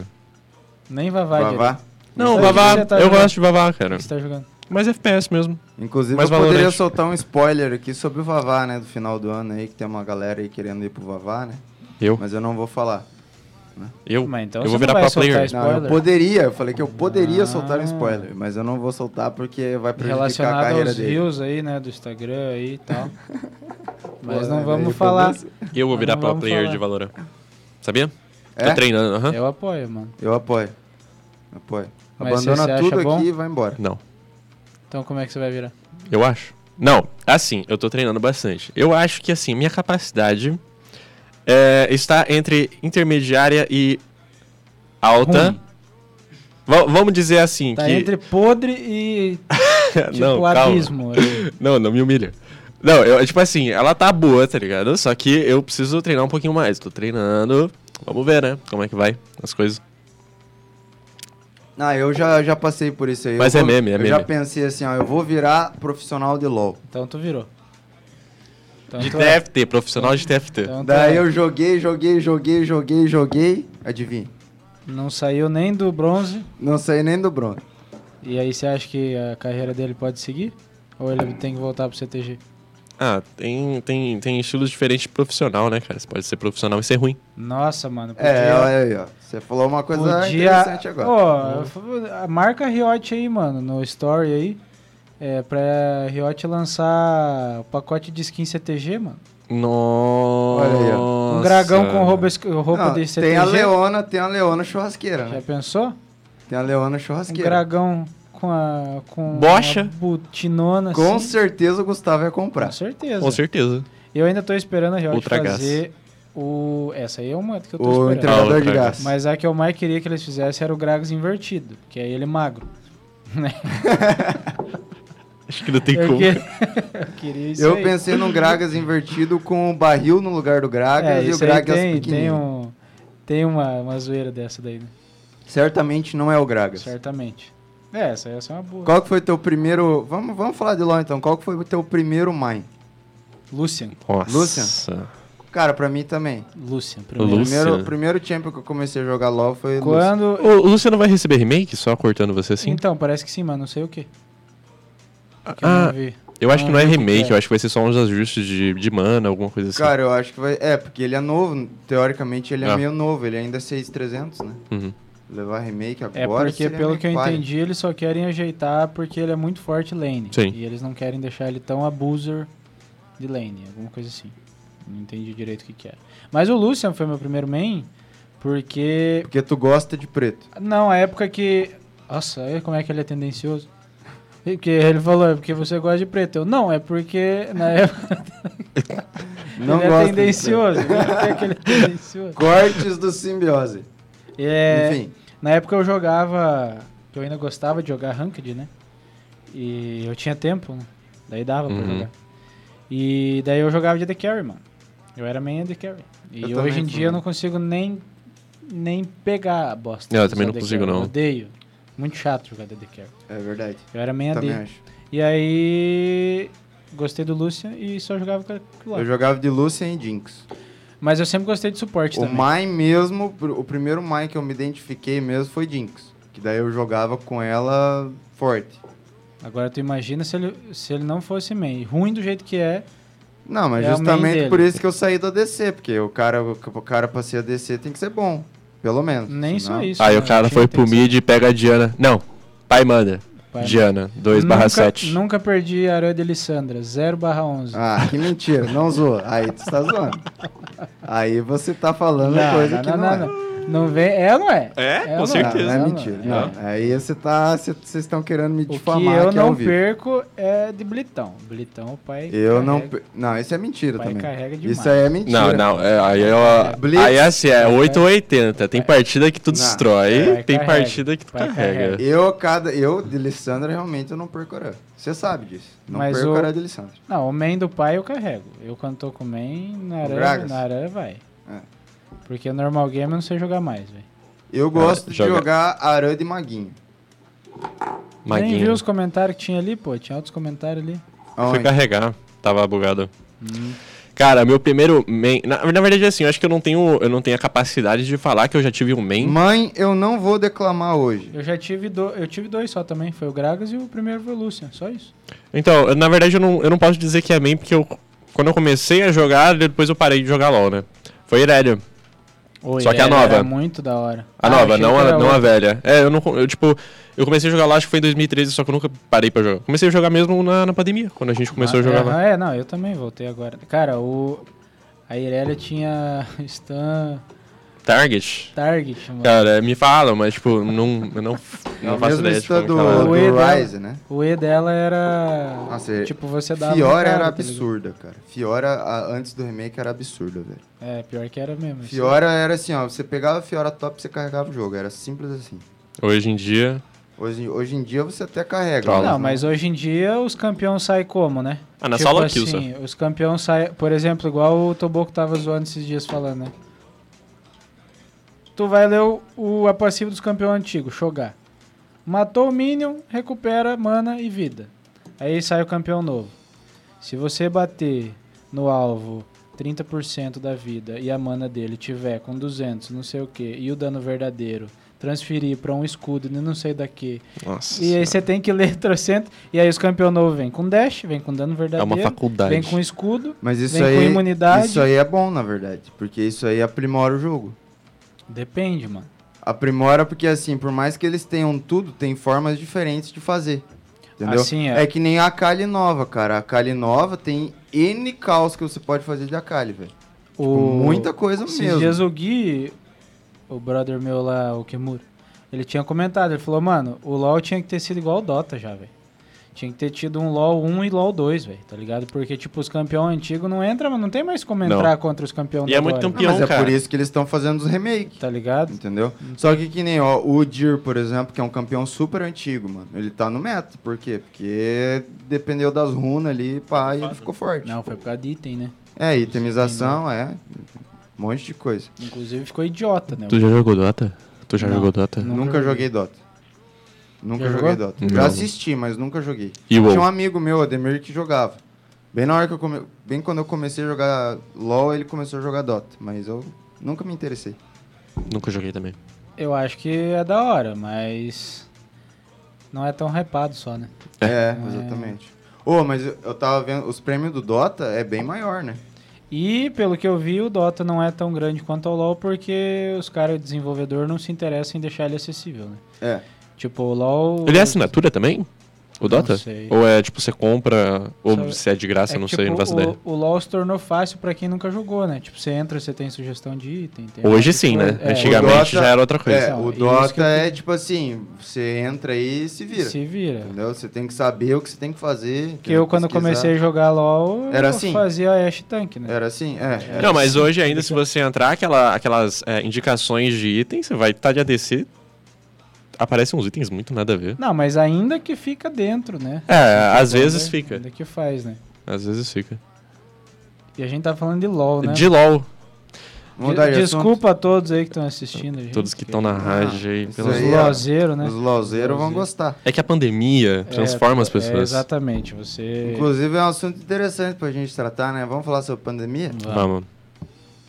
Speaker 4: Nem Vavá,
Speaker 3: Vavá?
Speaker 4: direito.
Speaker 6: Não,
Speaker 4: sei o que
Speaker 6: Vavá.
Speaker 4: você tá
Speaker 6: eu
Speaker 4: jogando.
Speaker 6: gosto de Vavá, cara.
Speaker 4: O que você tá jogando?
Speaker 6: Mas FPS mesmo.
Speaker 3: Inclusive,
Speaker 6: Mas
Speaker 3: eu poderia
Speaker 6: Valorant.
Speaker 3: soltar um spoiler aqui sobre o Vavá, né? Do final do ano aí, que tem uma galera aí querendo ir pro Vavá, né?
Speaker 6: Eu.
Speaker 3: Mas eu não vou falar.
Speaker 6: Eu.
Speaker 4: Mas então
Speaker 6: eu
Speaker 4: você
Speaker 6: vou
Speaker 4: não
Speaker 6: virar
Speaker 4: vai
Speaker 6: pro
Speaker 4: soltar
Speaker 6: player.
Speaker 4: isso.
Speaker 3: Não, eu
Speaker 4: Spoiler.
Speaker 3: poderia, eu falei que eu poderia
Speaker 4: Ah.
Speaker 3: soltar um spoiler, mas eu não vou soltar porque vai prejudicar a
Speaker 4: Relacionado
Speaker 3: carreira
Speaker 4: aos
Speaker 3: dele.
Speaker 4: reels aí, né? Do Instagram aí
Speaker 3: (laughs)
Speaker 4: e tal. Mas não
Speaker 3: Pô, é,
Speaker 4: vamos
Speaker 3: aí,
Speaker 4: falar.
Speaker 3: foda-se.
Speaker 6: Eu vou
Speaker 4: Mas
Speaker 6: virar
Speaker 4: Ah, não
Speaker 6: pro
Speaker 4: vamos
Speaker 6: player
Speaker 4: falar.
Speaker 6: de Valorant. Sabia?
Speaker 3: É?
Speaker 6: Tô treinando, aham.
Speaker 4: Eu apoio, mano.
Speaker 3: Eu apoio. Apoio.
Speaker 4: Mas você- você
Speaker 3: Abandona
Speaker 4: acha
Speaker 3: tudo
Speaker 4: bom?
Speaker 3: aqui e vai embora.
Speaker 6: Não.
Speaker 4: Então como é que você vai virar?
Speaker 6: Eu acho. Não, assim, eu tô treinando bastante. Eu acho que, assim, minha capacidade é, está entre intermediária e alta.
Speaker 4: Ruim.
Speaker 6: Va- vamos dizer assim,
Speaker 4: Tá
Speaker 6: que...
Speaker 4: entre podre e tipo
Speaker 6: (laughs) não, calma.
Speaker 4: abismo. assim.
Speaker 6: Não, não me humilha. Não, eu, tipo assim, ela tá boa, tá ligado? Só que eu preciso treinar um pouquinho mais. Tô treinando. Vamos ver, né? Como é que vai as coisas.
Speaker 3: Ah, eu já, já passei por isso aí.
Speaker 6: Mas
Speaker 3: Eu
Speaker 6: é
Speaker 3: vou-
Speaker 6: meme, é
Speaker 3: Eu já
Speaker 6: meme.
Speaker 3: pensei assim, ó, eu vou virar profissional de LoL.
Speaker 4: Então tu virou. Então
Speaker 6: De
Speaker 4: tu é.
Speaker 6: TFT, profissional de TFT.
Speaker 4: Então tu
Speaker 3: Daí
Speaker 4: é.
Speaker 3: eu joguei, joguei, joguei, joguei, joguei. Adivinha?
Speaker 4: Não saiu nem do bronze.
Speaker 3: Não saí nem do bronze.
Speaker 4: E aí você acha que a carreira dele pode seguir? Ou ele tem que voltar pro CTG?
Speaker 6: Ah, tem, tem, tem estilos diferentes de profissional, né, cara? Você pode ser profissional e ser ruim.
Speaker 4: Nossa, mano. Podia,
Speaker 3: É, olha aí, ó. Você falou uma coisa interessante agora. Hum.
Speaker 4: Pô, eu fa- a marca Riot aí, mano, no story aí. É, pra Riot lançar o pacote de skin CTG, mano.
Speaker 6: Nossa.
Speaker 3: Olha aí,
Speaker 4: Um dragão com roupa, esc- roupa
Speaker 3: Não,
Speaker 4: de CTG.
Speaker 3: Tem a Leona, tem a Leona churrasqueira,
Speaker 4: Já
Speaker 3: né?
Speaker 4: pensou?
Speaker 3: Tem a Leona
Speaker 4: Um
Speaker 3: churrasqueira.
Speaker 4: dragão com a. Com
Speaker 6: Bocha.
Speaker 4: uma butinona
Speaker 3: Com
Speaker 4: assim.
Speaker 3: certeza o Gustavo ia comprar.
Speaker 4: Com certeza.
Speaker 6: Com certeza.
Speaker 4: Eu ainda tô esperando a Riot
Speaker 6: Ultra gás.
Speaker 4: fazer o. Essa aí é uma que eu tô
Speaker 3: O
Speaker 4: esperando.
Speaker 3: entregador de
Speaker 6: Ah, o
Speaker 3: gás.
Speaker 4: Mas a que eu mais queria que eles fizessem era o Gragas invertido, que é ele magro.
Speaker 6: Acho que não tem
Speaker 4: Eu,
Speaker 6: como.
Speaker 4: É que- (laughs) eu queria isso
Speaker 3: eu
Speaker 4: aí.
Speaker 3: pensei num Gragas invertido com o barril no lugar do Gragas
Speaker 4: é,
Speaker 3: e o
Speaker 4: isso aí
Speaker 3: Gragas
Speaker 4: tem, tem,
Speaker 3: pequenininho.
Speaker 4: um, tem uma, uma zoeira dessa daí, né?
Speaker 3: Certamente não é o Gragas.
Speaker 4: Certamente. É, essa, essa é uma boa.
Speaker 3: Qual que foi teu primeiro... Vamos, vamos falar de LoL então. Qual que foi o teu primeiro mine?
Speaker 4: Lucian.
Speaker 6: Nossa.
Speaker 3: Lucian? Cara, pra mim também.
Speaker 4: Lucian, primeiro.
Speaker 6: Lucian.
Speaker 3: Primeiro, primeiro champion que eu comecei a jogar LoL foi Lucian.
Speaker 4: Quando.
Speaker 6: O o Lucian não vai receber remake só cortando você assim?
Speaker 4: Então, parece que sim, mas não sei o que. Que eu
Speaker 6: Ah,
Speaker 4: não vi.
Speaker 6: eu acho que não é
Speaker 4: Ah,
Speaker 6: remake,
Speaker 4: é.
Speaker 6: eu acho que vai ser só uns ajustes de, de mana, alguma coisa assim.
Speaker 3: Cara, eu acho que vai... É, porque ele é novo. Teoricamente, ele é,
Speaker 6: É.
Speaker 3: meio novo. Ele ainda é 6300, né?
Speaker 6: Uhum.
Speaker 3: Levar remake agora
Speaker 4: É porque,
Speaker 3: seria
Speaker 4: pelo
Speaker 3: meio
Speaker 4: que eu
Speaker 3: palha.
Speaker 4: entendi, eles só querem ajeitar porque ele é muito forte lane.
Speaker 6: Sim.
Speaker 4: E eles não querem deixar ele tão abuser de lane, alguma coisa assim. Não entendi direito o que, que era. Mas o Lucian foi meu primeiro main, porque.
Speaker 3: Porque tu gosta de preto.
Speaker 4: Não, a época que. Nossa, olha como é que ele é tendencioso. Porque ele falou, é porque você gosta de preto. Eu, não, é porque na época
Speaker 3: Não
Speaker 4: ele é
Speaker 3: gosta de preto.
Speaker 4: tendencioso. Por que
Speaker 3: (laughs)
Speaker 4: que ele é tendencioso?
Speaker 3: Cortes do Simbiose.
Speaker 4: É,
Speaker 3: Enfim.
Speaker 4: Na época eu jogava. Eu ainda gostava de jogar Ranked, né? E eu tinha tempo, né? Daí dava pra
Speaker 6: Uhum.
Speaker 4: jogar. E daí eu jogava de AD Carry, mano. Eu era main AD Carry. E
Speaker 3: Eu
Speaker 4: hoje
Speaker 3: também
Speaker 4: em
Speaker 3: fui,
Speaker 4: dia eu
Speaker 3: mano.
Speaker 4: não consigo nem, nem pegar a bosta.
Speaker 6: Não, eu
Speaker 4: dos
Speaker 6: também não
Speaker 4: AD
Speaker 6: consigo,
Speaker 4: carry.
Speaker 6: não.
Speaker 4: Eu odeio. Muito chato jogar de AD Carry.
Speaker 3: É verdade.
Speaker 4: Eu era main
Speaker 3: Também
Speaker 4: AD.
Speaker 3: acho.
Speaker 4: E aí. Gostei do Lucian e só jogava com aquilo lá.
Speaker 3: Eu jogava de Lucian e Jinx.
Speaker 4: Mas eu sempre gostei de suporte
Speaker 3: O
Speaker 4: também.
Speaker 3: Mai mesmo, pr- o primeiro Mai que eu me identifiquei mesmo foi Jinx. Que daí eu jogava com ela forte.
Speaker 4: Agora tu imagina se ele, se ele não fosse main. Ruim do jeito que é.
Speaker 3: Não, mas
Speaker 4: É o main
Speaker 3: justamente
Speaker 4: dele.
Speaker 3: por isso que eu saí da DC, porque o cara, o cara pra ser ADC tem que ser bom. Pelo menos.
Speaker 4: Nem
Speaker 3: senão-
Speaker 4: só isso.
Speaker 6: Aí
Speaker 4: né?
Speaker 6: Ah, o cara
Speaker 4: Tinha
Speaker 6: foi
Speaker 4: que ter
Speaker 6: pro
Speaker 4: que ser-
Speaker 6: mid e pega a Diana. Não, pai manda.
Speaker 4: Pai-
Speaker 6: Diana, 2
Speaker 4: Nunca-
Speaker 6: barra 7.
Speaker 4: Nunca perdi a Aranha de Lissandra, 0 barra 11.
Speaker 3: Ah, que mentira,
Speaker 4: (laughs)
Speaker 3: não zoou. Aí tu tá zoando. Aí você tá falando coisa que não, é. Não,
Speaker 4: não. Não vem, é ou não é?
Speaker 2: É, com
Speaker 4: ou não
Speaker 2: certeza.
Speaker 3: não
Speaker 4: É,
Speaker 3: é
Speaker 4: ou
Speaker 3: mentira.
Speaker 4: não é?
Speaker 3: Não. Aí você tá. cê- Vocês estão querendo me
Speaker 4: O
Speaker 3: difamar
Speaker 4: que eu
Speaker 3: aqui ao
Speaker 4: não
Speaker 3: vivo.
Speaker 4: perco é de Blitão. Blitão, o pai
Speaker 3: Eu
Speaker 4: carrega,
Speaker 3: não. per- Não, isso é mentira
Speaker 4: Pai
Speaker 3: também.
Speaker 4: carrega demais.
Speaker 3: Isso aí é
Speaker 6: Não,
Speaker 3: mentira.
Speaker 6: não, é, aí eu.
Speaker 3: Blitz.
Speaker 6: Aí assim, é 8 ou 80. Tem partida que tu
Speaker 3: Não.
Speaker 6: destrói,
Speaker 4: Vai,
Speaker 6: tem
Speaker 4: carrega.
Speaker 6: partida que tu
Speaker 4: Vai,
Speaker 6: carrega.
Speaker 3: Eu, cada, eu de Lissandra, realmente eu não perco Arã. Você sabe disso. Não
Speaker 4: Mas
Speaker 3: perco
Speaker 4: o-
Speaker 3: Arã de Lissandra.
Speaker 4: Não, o main do pai eu carrego. Eu quando tô com o main, na aranha,
Speaker 3: Gragas?
Speaker 4: na aranha vai.
Speaker 3: É.
Speaker 4: Porque o normal game eu não sei jogar mais, velho.
Speaker 3: Eu gosto de
Speaker 6: É, joga-
Speaker 3: jogar Arã de Maguinho.
Speaker 4: Nem vi
Speaker 6: Maguinho.
Speaker 4: os comentários que tinha ali, pô. Tinha outros comentários ali.
Speaker 6: Fui
Speaker 3: Aonde?
Speaker 6: carregar, tava bugado. Cara, meu primeiro main. Na, na verdade, assim, eu acho que eu não tenho. Eu não tenho a capacidade de falar que eu já tive um main.
Speaker 3: Mãe, eu não vou declamar hoje.
Speaker 4: Eu já tive, do... eu tive dois só também. Foi o Gragas e o primeiro foi o Lucian. Só isso.
Speaker 6: Então, eu- na verdade, eu não, eu não posso dizer que é main, porque eu, quando eu comecei a jogar, depois eu parei de jogar LOL, né? Foi Irelia.
Speaker 4: Oi,
Speaker 6: Só que a
Speaker 4: era-
Speaker 6: nova.
Speaker 4: Era muito da hora.
Speaker 6: A
Speaker 4: Ah,
Speaker 6: nova,
Speaker 4: achei
Speaker 6: não
Speaker 4: que
Speaker 6: a,
Speaker 4: era
Speaker 6: não a
Speaker 4: outra.
Speaker 6: velha. É, eu não. co- Eu, tipo, eu comecei a jogar lá, acho que foi em 2013, só que eu nunca parei pra jogar. Comecei a jogar mesmo na, na pandemia, quando a gente começou a
Speaker 4: Ah,
Speaker 6: jogar
Speaker 4: é,
Speaker 6: lá.
Speaker 4: ah, É, não, eu também voltei agora. Cara, o. A Irelia tinha (laughs) Stan
Speaker 6: Target.
Speaker 4: Target, mano.
Speaker 6: Cara, me falam, mas, tipo,
Speaker 4: (laughs)
Speaker 6: não, eu não, não faço
Speaker 3: Mesmo
Speaker 6: ideia de
Speaker 3: isso
Speaker 4: tá
Speaker 6: como é
Speaker 3: do,
Speaker 6: que ela-
Speaker 3: do
Speaker 4: O E dela.
Speaker 3: Rise, né?
Speaker 4: O E dela era.
Speaker 3: Nossa, e-
Speaker 4: tipo, você dava. no
Speaker 3: Fiora
Speaker 4: cara,
Speaker 3: era
Speaker 4: tá ligado?
Speaker 3: absurda, cara. Fiora, a- antes do remake, era absurda, velho.
Speaker 4: é, pior que era mesmo. isso.
Speaker 3: Fiora era assim, ó. Você pegava a Fiora top, você carregava o jogo. Era simples assim.
Speaker 6: Hoje em dia.
Speaker 3: Hoje, hoje em dia você até carrega.
Speaker 6: Trola.
Speaker 4: Não, mas hoje em dia os campeões saem como, né?
Speaker 6: Ah, na solo kill, só.
Speaker 4: assim, Os campeões saem, por exemplo, igual o Toboco tava zoando esses dias falando, né? Tu vai ler o, o a passiva dos campeões antigos, Shogar. Matou o Minion, recupera mana e vida. Aí sai o campeão novo. Se você bater no alvo 30% da vida e a mana dele tiver com 200, não sei o que, e o dano verdadeiro transferir pra um escudo de não sei da que,
Speaker 6: Nossa.
Speaker 4: e aí você tem que ler (laughs) trocento. E aí os campeões novos vêm com dash, vem com dano
Speaker 6: é
Speaker 4: verdadeiro.
Speaker 6: uma faculdade.
Speaker 4: Vem com escudo.
Speaker 3: Mas isso
Speaker 4: Vem com
Speaker 3: aí,
Speaker 4: imunidade.
Speaker 3: isso aí é bom, na verdade, porque isso aí aprimora o jogo.
Speaker 4: Depende, mano.
Speaker 3: Aprimora porque assim, por mais que eles tenham tudo, tem formas diferentes de fazer. Entendeu?
Speaker 4: Assim é.
Speaker 3: é. que nem a Kali nova, cara. A Kali nova tem N caos que você pode fazer de Akali, velho.
Speaker 4: O-
Speaker 3: Tipo, muita coisa
Speaker 4: Esses
Speaker 3: mesmo.
Speaker 4: dias o Gui, o brother meu lá, o Kimura, ele tinha comentado, ele falou, mano, o LoL tinha que ter sido igual o Dota já, velho. Tinha que ter tido um LoL 1 e LoL 2, velho, tá ligado? Porque, tipo, os campeões antigos não entram, mas não tem mais como
Speaker 6: Não.
Speaker 4: entrar contra os campeões
Speaker 6: E
Speaker 4: da
Speaker 6: é muito
Speaker 4: agora,
Speaker 6: campeão.
Speaker 3: Não, mas é
Speaker 6: cara.
Speaker 3: por isso que eles estão fazendo os remakes.
Speaker 4: Tá ligado?
Speaker 3: Entendeu? Só que que nem, ó, o Dir, por exemplo, que é um campeão super antigo, mano. Ele tá no meta. Por quê? Porque dependeu das runas ali, pá, e ele ficou forte.
Speaker 4: Não, foi por causa de item, né?
Speaker 3: É, itemização, é. Um monte de coisa.
Speaker 4: Inclusive ficou idiota, né?
Speaker 6: Tu já jogou Dota? Tu já
Speaker 4: Não.
Speaker 6: jogou Dota?
Speaker 4: Não.
Speaker 3: Nunca joguei Dota. Nunca
Speaker 4: Já
Speaker 3: joguei
Speaker 4: jogou?
Speaker 3: Dota. Já
Speaker 6: Não.
Speaker 3: assisti, mas nunca joguei.
Speaker 6: E
Speaker 3: Tinha um
Speaker 6: WoW?
Speaker 3: amigo meu, Ademir, que jogava. Bem na hora que eu come... Bem quando eu comecei a jogar LOL, ele começou a jogar Dota. Mas eu nunca me interessei.
Speaker 6: Nunca joguei também.
Speaker 4: Eu acho que é da hora, mas. Não é tão hypado só, né?
Speaker 6: É.
Speaker 3: É, exatamente. Ô, mas eu, eu tava vendo, os prêmios do Dota é bem maior, né?
Speaker 4: E, pelo que eu vi, o Dota não é tão grande quanto o LoL porque os caras desenvolvedor não se interessam em deixar ele acessível, né?
Speaker 3: É.
Speaker 4: Tipo, o LoL.
Speaker 6: Ele é assinatura também? O Dota?
Speaker 4: sei.
Speaker 6: Ou é tipo, você compra, ou
Speaker 4: Sabe-
Speaker 6: se é de graça,
Speaker 4: É
Speaker 6: eu não
Speaker 4: que,
Speaker 6: sei,
Speaker 4: tipo,
Speaker 6: não faço ideia.
Speaker 4: O, o LoL se tornou fácil pra quem nunca jogou, né? Tipo, você entra, você tem sugestão de item. tem um monte
Speaker 6: Hoje
Speaker 4: de
Speaker 6: sim,
Speaker 4: coisa.
Speaker 6: né?
Speaker 4: É,
Speaker 6: Antigamente
Speaker 3: O Dota-
Speaker 6: já era outra coisa.
Speaker 3: É,
Speaker 4: Então,
Speaker 3: o
Speaker 4: e isso que eu
Speaker 3: Dota é
Speaker 4: fico-
Speaker 3: tipo assim, você entra aí e se vira.
Speaker 4: Se vira.
Speaker 3: Entendeu? Você tem que saber o que você tem que fazer.
Speaker 4: Porque eu, quando comecei a jogar LoL, eu
Speaker 3: Era assim?
Speaker 4: fazia a Ash Tank, né?
Speaker 3: Era assim, é.
Speaker 6: Não, mas hoje ainda, se você entrar aquela, aquelas é, indicações de itens, você vai estar de ADC, aparecem uns itens muito nada a ver.
Speaker 4: Não, mas ainda que fica dentro, né?
Speaker 6: É, às
Speaker 4: Ainda-
Speaker 6: vezes fica.
Speaker 4: Ainda que faz, né?
Speaker 6: Às vezes fica.
Speaker 4: E a gente tá falando de LoL, né?
Speaker 6: De LOL,
Speaker 3: Vamos mudar de
Speaker 4: De-
Speaker 3: assunto?
Speaker 4: Desculpa a todos aí que estão assistindo. a Gente,
Speaker 6: todos que estão na rádio aí.
Speaker 3: isso
Speaker 6: Pelas...
Speaker 4: Os
Speaker 3: aí. é
Speaker 4: lozeiros, né?
Speaker 3: Os lozeiros vão
Speaker 4: Lozeiro.
Speaker 3: gostar.
Speaker 6: É que a pandemia transforma as
Speaker 4: É,
Speaker 6: pessoas.
Speaker 4: exatamente, você.
Speaker 3: é Inclusive é um assunto interessante pra gente tratar, né? Vamos falar sobre pandemia?
Speaker 6: Vamos.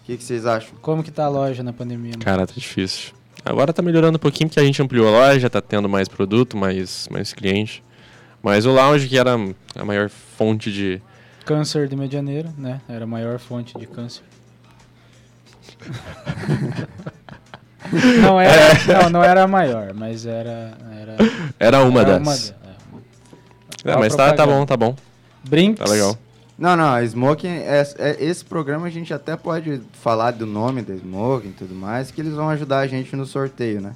Speaker 3: que, que vocês acham?
Speaker 4: Como que tá a loja na pandemia? mano?
Speaker 6: Cara, tá difícil. Agora tá melhorando um pouquinho porque a gente ampliou a loja, tá tendo mais produto, mais, mais cliente. Mas o lounge, que era a maior fonte de.
Speaker 4: Câncer de Medianeira, né? Era a maior fonte de câncer.
Speaker 6: (laughs)
Speaker 4: não, era, não, não era a maior, mas era. era
Speaker 6: Era É. uma
Speaker 4: era
Speaker 6: das.
Speaker 4: de- é.
Speaker 6: Ah, mas tá, tá bom, tá bom.
Speaker 4: Brinks.
Speaker 6: Tá legal.
Speaker 3: Não, não, Smoking, é, é- esse programa a gente até pode falar do nome da Smoking e tudo mais, que eles vão ajudar a gente no sorteio, né?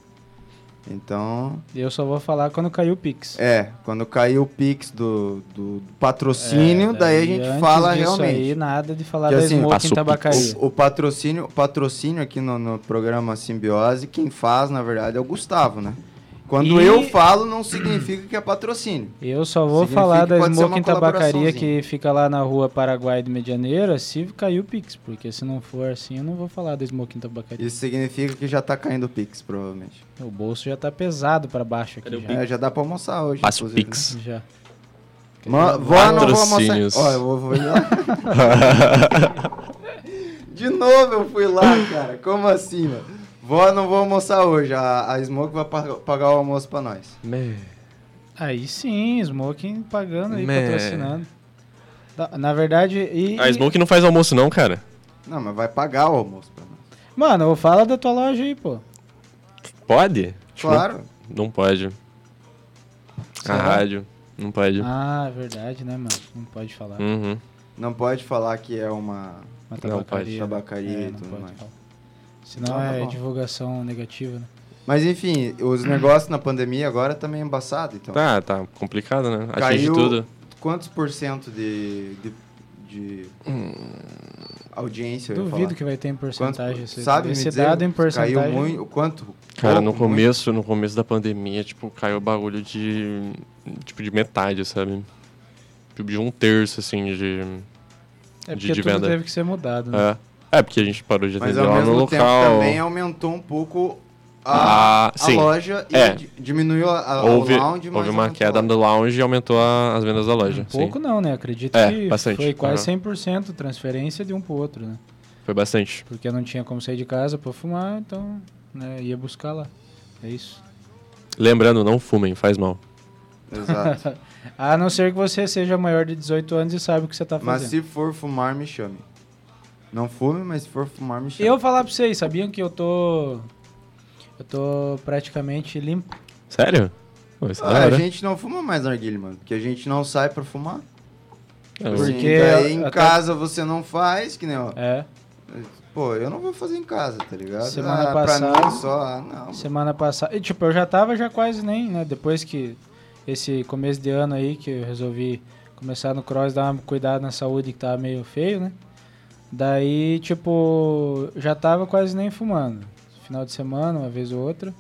Speaker 3: Então,
Speaker 4: Eu só vou falar quando caiu o Pix.
Speaker 3: é, quando cair o Pix do, do patrocínio,
Speaker 4: É,
Speaker 3: daí a gente
Speaker 4: antes
Speaker 3: fala
Speaker 4: disso
Speaker 3: realmente.
Speaker 4: Aí, nada de falar
Speaker 3: Que
Speaker 4: da
Speaker 3: assim,
Speaker 4: Smoking
Speaker 6: Passou
Speaker 4: Tabacaria.
Speaker 3: O, o patrocínio, o patrocínio aqui no, no programa Simbiose, quem faz, na verdade, é o Gustavo, né? Quando
Speaker 4: E-
Speaker 3: eu falo, não significa que é patrocínio.
Speaker 4: Eu só vou
Speaker 3: Significa
Speaker 4: falar
Speaker 3: que
Speaker 4: da
Speaker 3: pode ser uma
Speaker 4: Smoking Tabacaria
Speaker 3: colaboraçãozinha.
Speaker 4: que fica lá na rua Paraguai de Medianeira se caiu o Pix, porque se não for assim eu não vou falar da Smoking Tabacaria.
Speaker 3: Isso significa que já tá caindo o Pix, provavelmente.
Speaker 4: O bolso já tá pesado pra baixo aqui
Speaker 6: Cadê o
Speaker 4: já.
Speaker 3: É, já dá pra almoçar hoje.
Speaker 6: Passa o
Speaker 3: inclusive,
Speaker 6: Pix.
Speaker 4: Já.
Speaker 3: né? Ma- vó, não vou almoçar.
Speaker 6: Patrocínios.
Speaker 3: Ó, eu vou, vou
Speaker 6: (laughs)
Speaker 3: ir lá. De novo eu fui lá, cara. Como assim, mano? Vó, não vou almoçar hoje. A, a Smoke vai pa- pagar o almoço pra nós.
Speaker 4: Aí sim, Smoking pagando aí,
Speaker 6: Mé.
Speaker 4: patrocinando. Da- Na verdade, e.
Speaker 6: A Smoke Ah, não faz almoço, não, cara.
Speaker 3: Não, mas vai pagar o almoço pra nós.
Speaker 4: Mano, fala da tua loja aí, pô.
Speaker 6: Pode?
Speaker 3: Claro.
Speaker 6: Não, não pode. A
Speaker 4: Será?
Speaker 6: rádio. Não pode.
Speaker 4: Ah, é verdade, né, mano? Não pode
Speaker 3: tá.
Speaker 4: falar.
Speaker 6: Uhum.
Speaker 3: Não pode falar que é uma
Speaker 4: Uma
Speaker 6: Não
Speaker 4: tabacaria.
Speaker 6: pode.
Speaker 3: Tabacaria
Speaker 4: É,
Speaker 3: e
Speaker 4: não
Speaker 3: tudo
Speaker 4: pode
Speaker 3: mais.
Speaker 4: falar.
Speaker 3: Então
Speaker 4: Senão
Speaker 3: tá
Speaker 4: é
Speaker 3: bom.
Speaker 4: divulgação negativa, né?
Speaker 3: Mas enfim, os negócios na pandemia agora tá meio embaçado, então.
Speaker 6: Tá, tá complicado, né? Atinge
Speaker 3: Caiu-
Speaker 6: tudo.
Speaker 3: Quantos por cento de, de, de
Speaker 6: Hum.
Speaker 3: audiência? eu ia
Speaker 4: Duvido
Speaker 3: falar?
Speaker 4: que vai ter em porcentagem.
Speaker 3: Quantos,
Speaker 4: esse-
Speaker 3: sabe me
Speaker 4: esse
Speaker 3: dizer?
Speaker 4: dado em porcentagem. é
Speaker 3: Caiu muito. Quanto?
Speaker 6: Cara,
Speaker 3: Pouco,
Speaker 6: no
Speaker 3: muito?
Speaker 6: começo, no começo da pandemia, tipo, caiu o bagulho de. Tipo, de metade, sabe? Tipo, De um terço, assim, de.
Speaker 4: É
Speaker 6: de-
Speaker 4: porque
Speaker 6: de
Speaker 4: tudo
Speaker 6: venda.
Speaker 4: teve que ser mudado, né?
Speaker 6: É. É, porque a gente parou de
Speaker 3: Hum. Mas
Speaker 6: atender
Speaker 3: ao
Speaker 6: lá no
Speaker 3: mesmo tempo
Speaker 6: local.
Speaker 3: também aumentou um pouco a,
Speaker 6: Ah,
Speaker 3: a
Speaker 6: sim.
Speaker 3: loja e
Speaker 6: É.
Speaker 3: di- diminuiu a, a,
Speaker 6: houve
Speaker 3: o lounge. mas
Speaker 6: houve uma
Speaker 3: aumentou a
Speaker 6: queda
Speaker 3: loja.
Speaker 6: no lounge e aumentou a- as vendas da loja.
Speaker 4: Um
Speaker 6: É, sim.
Speaker 4: pouco não, né? Acredito
Speaker 6: É,
Speaker 4: que
Speaker 6: bastante.
Speaker 4: foi quase
Speaker 6: Aham.
Speaker 4: 100% transferência de um pro outro, né?
Speaker 6: Foi bastante.
Speaker 4: Porque não tinha como sair de casa pra fumar, então né, ia buscar lá. É isso.
Speaker 6: Lembrando, não fumem, faz mal.
Speaker 4: (laughs)
Speaker 3: Exato.
Speaker 4: A não ser que você seja maior de 18 anos e saiba o que você tá
Speaker 3: mas
Speaker 4: fazendo.
Speaker 3: se for fumar, me chame. Não fume, mas se for fumar, me chame.
Speaker 4: Eu falar pra vocês, sabiam que eu tô. Eu tô praticamente limpo.
Speaker 6: Sério? Pô, isso é
Speaker 3: Ah,
Speaker 6: da
Speaker 3: a
Speaker 6: hora.
Speaker 3: gente não fuma mais narguilha, mano. Porque a gente não sai pra fumar.
Speaker 6: É,
Speaker 4: Por-
Speaker 6: eu-
Speaker 3: Porque
Speaker 4: Porque
Speaker 3: daí tá em
Speaker 4: até-
Speaker 3: casa você não faz, que nem ó.
Speaker 4: É.
Speaker 3: Pô, eu não vou fazer em casa, tá ligado?
Speaker 4: Semana
Speaker 3: ah,
Speaker 4: passada-
Speaker 3: Pra mim só, ah, não.
Speaker 4: Semana passada. E, tipo, eu já tava já quase nem, né? Depois que esse começo de ano aí que eu resolvi começar no cross, dar uma cuidado na saúde que tava meio feio, né? Daí, tipo, já tava quase nem fumando. Final de semana, uma vez ou outra.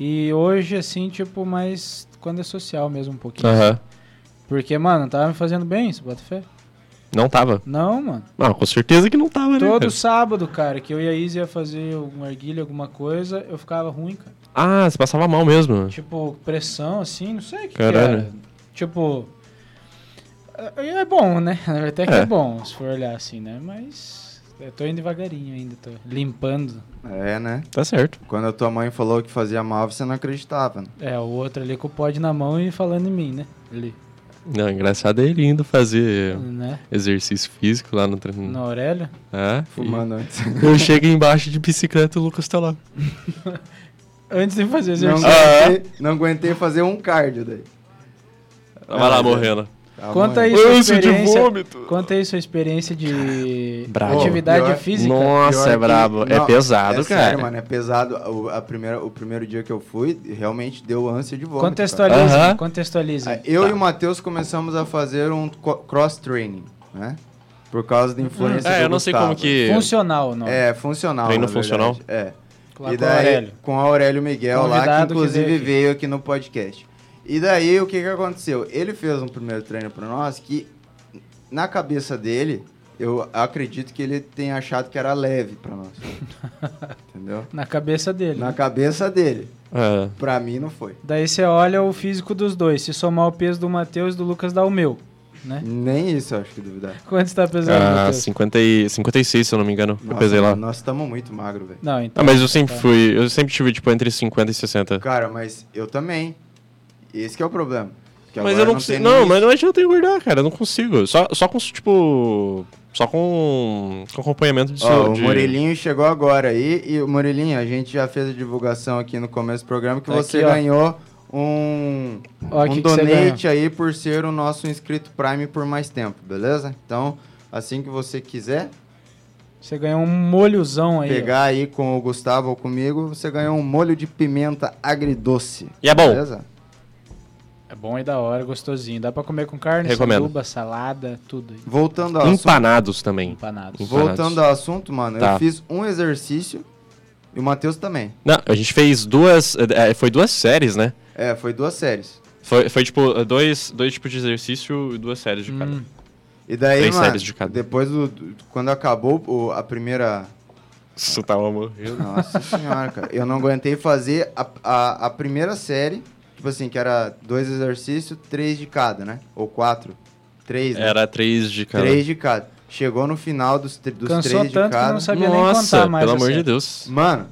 Speaker 4: E hoje, assim, tipo, mais quando é social mesmo um pouquinho.
Speaker 6: Aham.
Speaker 4: Porque, mano, tava me fazendo bem isso, bota fé.
Speaker 6: Não tava.
Speaker 4: Não, mano.
Speaker 6: Não, Ah, com certeza que não tava, né?
Speaker 4: Todo
Speaker 6: cara?
Speaker 4: sábado, cara, que eu e a Izzy ia fazer um argilho, alguma coisa, eu ficava ruim, cara.
Speaker 6: Ah, você passava mal mesmo.
Speaker 4: Tipo, pressão, assim, não sei o que, que
Speaker 6: Caralho.
Speaker 4: era. Tipo. É é bom, né? (laughs) Até que é.
Speaker 6: É.
Speaker 4: bom, se for olhar assim, né? Mas. Eu tô indo devagarinho ainda, tô limpando.
Speaker 3: É, né?
Speaker 6: Tá certo.
Speaker 3: Quando a tua mãe falou que fazia mal, você não acreditava, né?
Speaker 4: É, o outro ali com o pod na mão e falando em mim, né? Ali.
Speaker 6: Não, engraçado é ele indo fazer
Speaker 4: Né?
Speaker 6: exercício físico lá no treino.
Speaker 4: Na orelha.
Speaker 6: É,
Speaker 3: Fumando antes.
Speaker 6: e Eu chego embaixo de bicicleta e o Lucas tá lá.
Speaker 4: Antes de fazer
Speaker 3: Não
Speaker 4: exercício.
Speaker 3: aguentei, não aguentei fazer um cardio daí.
Speaker 6: Vai lá morrendo.
Speaker 3: Tá,
Speaker 4: Conta
Speaker 3: mãe.
Speaker 4: aí sua
Speaker 6: Ânsia é. de
Speaker 4: experiência.
Speaker 6: vômito.
Speaker 4: Conta aí sua experiência de
Speaker 6: Bravo.
Speaker 4: atividade
Speaker 3: Pior-
Speaker 4: física.
Speaker 6: Nossa,
Speaker 3: Pior
Speaker 6: é
Speaker 3: que-
Speaker 6: brabo.
Speaker 3: não,
Speaker 6: é pesado,
Speaker 3: é
Speaker 6: cara.
Speaker 3: Sério, mano, é pesado. O, a primeira, o primeiro dia que eu fui, realmente deu ânsia de vômito. cara.
Speaker 4: Contextualizem,
Speaker 6: Aham.
Speaker 4: contextualizem.
Speaker 3: Ah, Eu
Speaker 6: Tá.
Speaker 3: e o Matheus começamos a fazer um co- cross-training, né? Por causa
Speaker 4: Uhum.
Speaker 3: da influência
Speaker 6: É,
Speaker 3: do
Speaker 6: eu não sei
Speaker 3: Gustavo.
Speaker 6: como que.
Speaker 4: Funcional, não.
Speaker 3: É, funcional. na
Speaker 6: Treino
Speaker 3: verdade.
Speaker 6: funcional?
Speaker 3: É.
Speaker 4: Lá
Speaker 3: e
Speaker 4: com o
Speaker 3: daí,
Speaker 4: Aurélio.
Speaker 3: com o Aurélio Miguel lá, que
Speaker 4: Convidado que
Speaker 3: inclusive
Speaker 4: veio aqui.
Speaker 3: veio aqui no podcast. E daí, o que, que aconteceu? Ele fez um primeiro treino para nós que, na cabeça dele, eu acredito que ele tenha achado que era leve para
Speaker 4: (laughs)
Speaker 3: nós. Entendeu?
Speaker 4: Na cabeça dele.
Speaker 3: Na cabeça dele.
Speaker 6: É.
Speaker 3: Pra mim, não foi.
Speaker 4: Daí você olha o físico dos dois. Se somar o peso do Matheus e do Lucas, dá o meu. (laughs) né?
Speaker 3: Nem isso eu acho que duvidar.
Speaker 4: Quanto está pesando?
Speaker 6: Ah,
Speaker 4: Matheus?
Speaker 6: 50 e, 56, se eu não me engano. eu
Speaker 3: Nossa,
Speaker 6: pesei lá.
Speaker 3: mano, Nós estamos muito magro, velho.
Speaker 4: Não, então.
Speaker 6: Ah, mas eu sempre
Speaker 4: tá.
Speaker 6: fui. Eu sempre tive, tipo, entre 50 e 60.
Speaker 3: Cara, mas eu também. Esse que é o problema. Que
Speaker 6: Mas
Speaker 3: agora
Speaker 6: eu não
Speaker 3: tem
Speaker 6: consigo. Não,
Speaker 3: nem
Speaker 6: mas
Speaker 3: isso.
Speaker 6: não adianta engordar, cara. Eu não consigo. Só, só com, tipo. Só com, com acompanhamento de
Speaker 3: Ó,
Speaker 6: de-
Speaker 3: o Morelinho chegou agora aí. E, o Morelinho, a gente já fez a divulgação aqui no começo do programa que
Speaker 4: Tá Aqui,
Speaker 3: você
Speaker 4: ó.
Speaker 3: ganhou um,
Speaker 4: Ó, aqui
Speaker 3: um
Speaker 4: que você
Speaker 3: donate aí por ser o nosso inscrito Prime por mais tempo, beleza? Então, assim que você quiser
Speaker 4: Você ganhou um molhozão aí. ó.
Speaker 3: pegar aí com o Gustavo ou comigo, você ganhou um molho de pimenta agridoce.
Speaker 6: E é bom.
Speaker 3: Beleza?
Speaker 4: É bom e da hora, gostosinho. Dá pra comer com carne,
Speaker 6: Recomendo.
Speaker 4: suruba, salada, tudo. aí.
Speaker 3: Voltando ao assunto.
Speaker 6: Empanados também.
Speaker 4: Empanado.
Speaker 6: Vou-
Speaker 3: Voltando ao assunto, mano,
Speaker 6: Tá.
Speaker 3: eu fiz um exercício e o Matheus também.
Speaker 6: Não, a gente fez duas. eh, eh, Foi duas séries, né?
Speaker 3: É, foi duas séries.
Speaker 6: Foi, foi tipo, dois, dois tipos de exercício e duas séries de cada.
Speaker 4: Hum.
Speaker 3: E daí,
Speaker 6: Três
Speaker 3: mano,
Speaker 6: séries de cada.
Speaker 3: depois do, do- quando acabou o- a primeira
Speaker 6: Isso tá tava morrendo. (laughs)
Speaker 3: Nossa senhora, cara. Eu não aguentei fazer a, a, a primeira série, tipo assim, que era dois exercícios, três de cada, né? Ou quatro. Três, né?
Speaker 6: Era três de cada.
Speaker 3: Três de cada. Chegou no final dos, tr- dos
Speaker 4: Cansou
Speaker 3: três de
Speaker 4: tanto que
Speaker 3: cada.
Speaker 4: não sabia nem
Speaker 6: Nossa,
Speaker 4: contar mais.
Speaker 6: pelo amor
Speaker 4: assim.
Speaker 6: de Deus.
Speaker 3: Mano,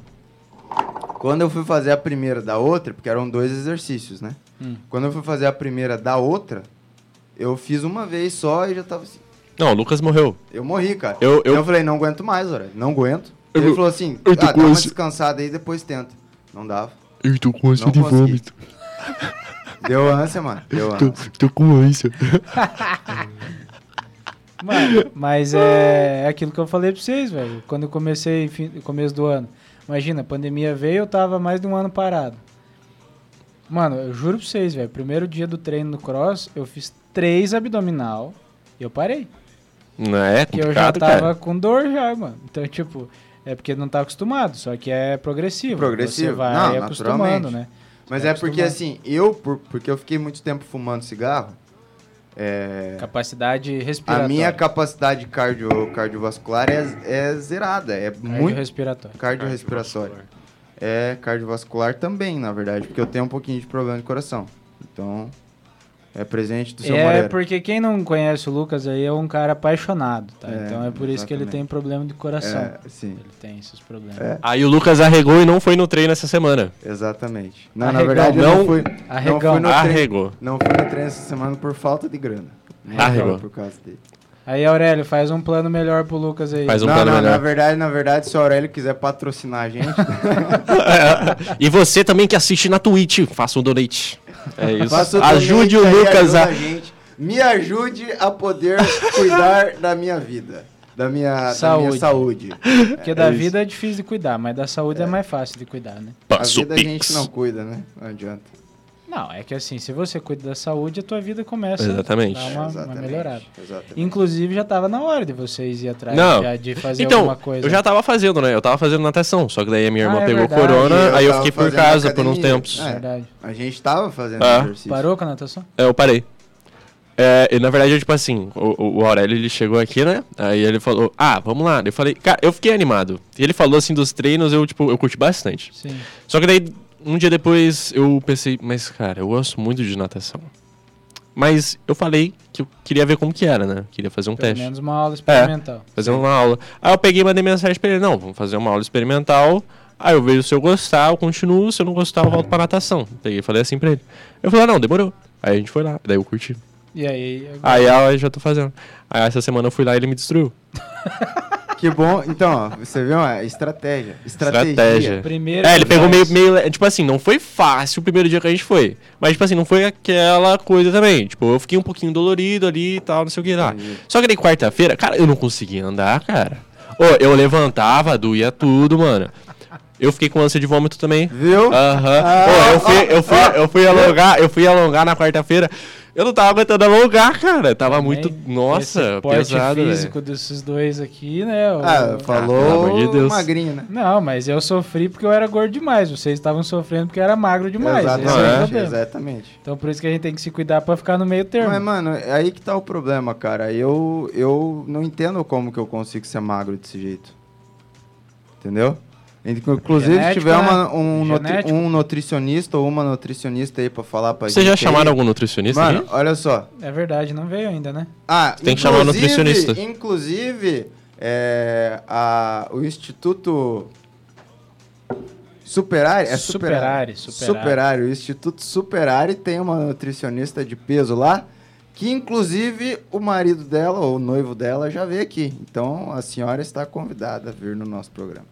Speaker 3: quando eu fui fazer a primeira da outra, porque eram dois exercícios, né?
Speaker 4: Hum.
Speaker 3: Quando eu fui fazer a primeira da outra, eu fiz uma vez só e já tava assim.
Speaker 6: Não, o Lucas morreu.
Speaker 3: Eu morri, cara.
Speaker 6: Eu- eu-
Speaker 3: Então falei, não aguento mais, olha. Não aguento.
Speaker 6: Eu-
Speaker 3: Ele falou assim,
Speaker 6: eu tô
Speaker 3: ah,
Speaker 6: com
Speaker 3: dá uma
Speaker 6: esse-
Speaker 3: descansada aí, depois tenta. Não dava.
Speaker 6: Eu tô com
Speaker 3: ânsia Não de consegui. vômito. Deu ânsia,
Speaker 6: (laughs)
Speaker 3: mano. Deu ânsia.
Speaker 6: tô com ânsia. (laughs)
Speaker 4: Mano, mas é, é aquilo que eu falei pra vocês, velho. Quando eu comecei, fim- começo do ano. Imagina, a pandemia veio, eu tava mais de um ano parado. Mano, eu juro pra vocês, velho. Primeiro dia do treino no cross, eu fiz três abdominal e eu parei.
Speaker 6: Não é
Speaker 4: Porque eu já
Speaker 6: complicado,
Speaker 4: tava
Speaker 6: cara.
Speaker 4: com dor já, mano. Então, tipo, é porque não tá acostumado, só que é progressivo. Você
Speaker 3: Progressivo.
Speaker 4: vai
Speaker 3: Não,
Speaker 4: acostumando,
Speaker 3: naturalmente.
Speaker 4: né?
Speaker 3: Mas
Speaker 4: Tá
Speaker 3: é porque
Speaker 4: acostumado.
Speaker 3: assim, eu, por- porque eu fiquei muito tempo fumando cigarro, é,
Speaker 4: Capacidade respiratória.
Speaker 3: a minha capacidade cardio, cardiovascular é, é zerada. É muito
Speaker 4: respiratória.
Speaker 3: cardiorrespiratória. É cardiovascular também, na verdade, porque eu tenho um pouquinho de problema de coração. Então, é presente do seu
Speaker 4: É
Speaker 3: Moreira.
Speaker 4: porque quem não conhece o Lucas aí é um cara apaixonado, tá?
Speaker 3: É,
Speaker 4: então é por isso que ele
Speaker 3: exatamente.
Speaker 4: tem problema de coração.
Speaker 3: É, sim,
Speaker 4: Ele tem esses problemas.
Speaker 3: É.
Speaker 6: Aí o Lucas arregou e não foi no treino essa semana.
Speaker 3: exatamente. Não,
Speaker 4: Arregão.
Speaker 3: na verdade, eu
Speaker 6: Não-
Speaker 3: não fui, não
Speaker 4: Arregão.
Speaker 3: fui no treino.
Speaker 6: Arregou.
Speaker 3: Não fui no treino essa semana por falta de grana.
Speaker 6: Ah,
Speaker 3: Não foi
Speaker 6: Arregou.
Speaker 3: Por causa dele.
Speaker 4: Aí, Aurélio, faz um plano melhor pro Lucas aí.
Speaker 6: Faz um
Speaker 3: não,
Speaker 6: plano
Speaker 3: não, na
Speaker 6: melhor.
Speaker 3: verdade, na verdade, se o Aurélio quiser patrocinar a
Speaker 6: (laughs)
Speaker 3: gente,
Speaker 6: e você também que assiste na Twitch, faça um donate. É isso.
Speaker 3: faça outro
Speaker 6: ajude o
Speaker 3: link aí,
Speaker 6: Lucas
Speaker 3: ajuda
Speaker 6: a.
Speaker 3: a gente. Me ajude a poder cuidar da minha vida. Da minha saúde. Da minha
Speaker 6: (laughs)
Speaker 3: saúde.
Speaker 4: Porque da
Speaker 3: É isso.
Speaker 4: vida é difícil de cuidar, mas da saúde é, mais fácil de cuidar, né?
Speaker 3: A
Speaker 6: Passa o
Speaker 3: vida a gente
Speaker 6: Pix.
Speaker 3: não cuida, né? Não adianta.
Speaker 4: Não, é que assim, se você cuida da saúde, a tua vida começa
Speaker 6: Exatamente.
Speaker 4: a dar uma- uma, melhorada.
Speaker 3: Exatamente.
Speaker 4: Inclusive, já tava na hora de vocês ir atrás
Speaker 6: Não.
Speaker 4: já de fazer
Speaker 6: Então,
Speaker 4: alguma coisa.
Speaker 6: eu já tava fazendo, né? Eu tava fazendo natação, só que daí a minha irmã
Speaker 4: Ah, é
Speaker 6: pegou
Speaker 4: verdade.
Speaker 6: corona,
Speaker 3: Eu
Speaker 6: aí eu
Speaker 3: tava
Speaker 6: fiquei por
Speaker 3: fazendo
Speaker 6: casa por
Speaker 3: academia.
Speaker 6: uns tempos.
Speaker 3: É.
Speaker 4: Verdade.
Speaker 3: A gente tava fazendo
Speaker 6: Ah.
Speaker 3: exercício.
Speaker 4: Parou com a natação?
Speaker 6: É, Eu parei. É, e na verdade, eu, tipo assim, o, o- o Aurélio ele chegou aqui, né? Aí ele falou, ah, vamos lá. Eu falei, cara, eu fiquei animado. E ele falou assim dos treinos, eu, tipo, eu curti bastante.
Speaker 4: Sim.
Speaker 6: Só que daí, um dia depois, eu pensei, mas cara, eu gosto muito de natação. Mas eu falei que eu queria ver como que era, né? Queria fazer um
Speaker 4: Pelo
Speaker 6: teste,
Speaker 4: menos uma aula experimental.
Speaker 6: fazer uma aula. Aí eu peguei e mandei mensagem pra ele, não, vamos fazer uma aula experimental. Aí eu vejo se eu gostar, eu continuo, se eu não gostar, eu volto pra natação. Peguei e falei assim pra ele. Eu falei, ah, não, demorou. Aí a gente foi lá, daí eu curti.
Speaker 4: E aí, agora-
Speaker 6: Aí ah, eu já tô fazendo. Aí essa semana eu fui lá e ele me destruiu.
Speaker 3: Que bom. Então, ó, você viu? É estratégia. Estratégia.
Speaker 6: Estratégia.
Speaker 4: primeiro.
Speaker 6: É, ele pegou meio,
Speaker 4: vez.
Speaker 6: meio. Tipo assim, não foi fácil o primeiro dia que a gente foi. Mas, tipo assim, não foi aquela coisa também. Tipo, eu fiquei um pouquinho dolorido ali e tal, não sei o que lá. Só que daí quarta-feira, cara, eu não conseguia andar, cara. Ô, eu levantava, doía tudo, mano. Eu fiquei com ânsia de vômito também.
Speaker 3: Viu?
Speaker 6: Aham.
Speaker 3: Ah,
Speaker 6: Ô, eu
Speaker 3: ah,
Speaker 6: fui, eu fui, eu fui alongar, eu fui alongar na quarta-feira. Eu não tava aguentando alongar, cara. Tava muito.
Speaker 4: Também,
Speaker 6: Nossa,
Speaker 4: né? esse porte
Speaker 6: pesado. velho.
Speaker 4: físico desses dois aqui, né? o-
Speaker 3: Ah,
Speaker 6: pelo
Speaker 3: falou
Speaker 6: amor de Deus.
Speaker 3: magrinho, né?
Speaker 4: Não, mas eu sofri porque eu era gordo demais. Vocês estavam sofrendo porque eu era magro demais. Esse é o
Speaker 3: Exatamente.
Speaker 4: problema.
Speaker 3: Exatamente.
Speaker 4: Então por isso que a gente tem que se cuidar pra ficar no meio termo.
Speaker 3: Mas, mano, é aí que tá o problema, cara. Eu, eu não entendo como que eu consigo ser magro desse jeito. Entendeu? Inclusive, se
Speaker 4: Genética,
Speaker 3: tiver uma- um,
Speaker 4: né?
Speaker 3: nutri-
Speaker 4: Genético.
Speaker 3: um nutricionista ou uma nutricionista aí pra falar pra gente.
Speaker 6: Vocês já
Speaker 3: aí.
Speaker 6: chamaram algum nutricionista
Speaker 3: Mano,
Speaker 6: aqui?
Speaker 3: olha só.
Speaker 4: É verdade, não veio ainda, né?
Speaker 3: Ah,
Speaker 6: Tem que chamar o
Speaker 3: inclusive-
Speaker 6: nutricionista.
Speaker 3: Inclusive, é, a- o Instituto Superari, é Superari,
Speaker 4: Superari, Superari.
Speaker 3: o Instituto Superari tem uma nutricionista de peso lá, que inclusive o marido dela ou o noivo dela já veio aqui. Então a senhora está convidada a vir no nosso programa.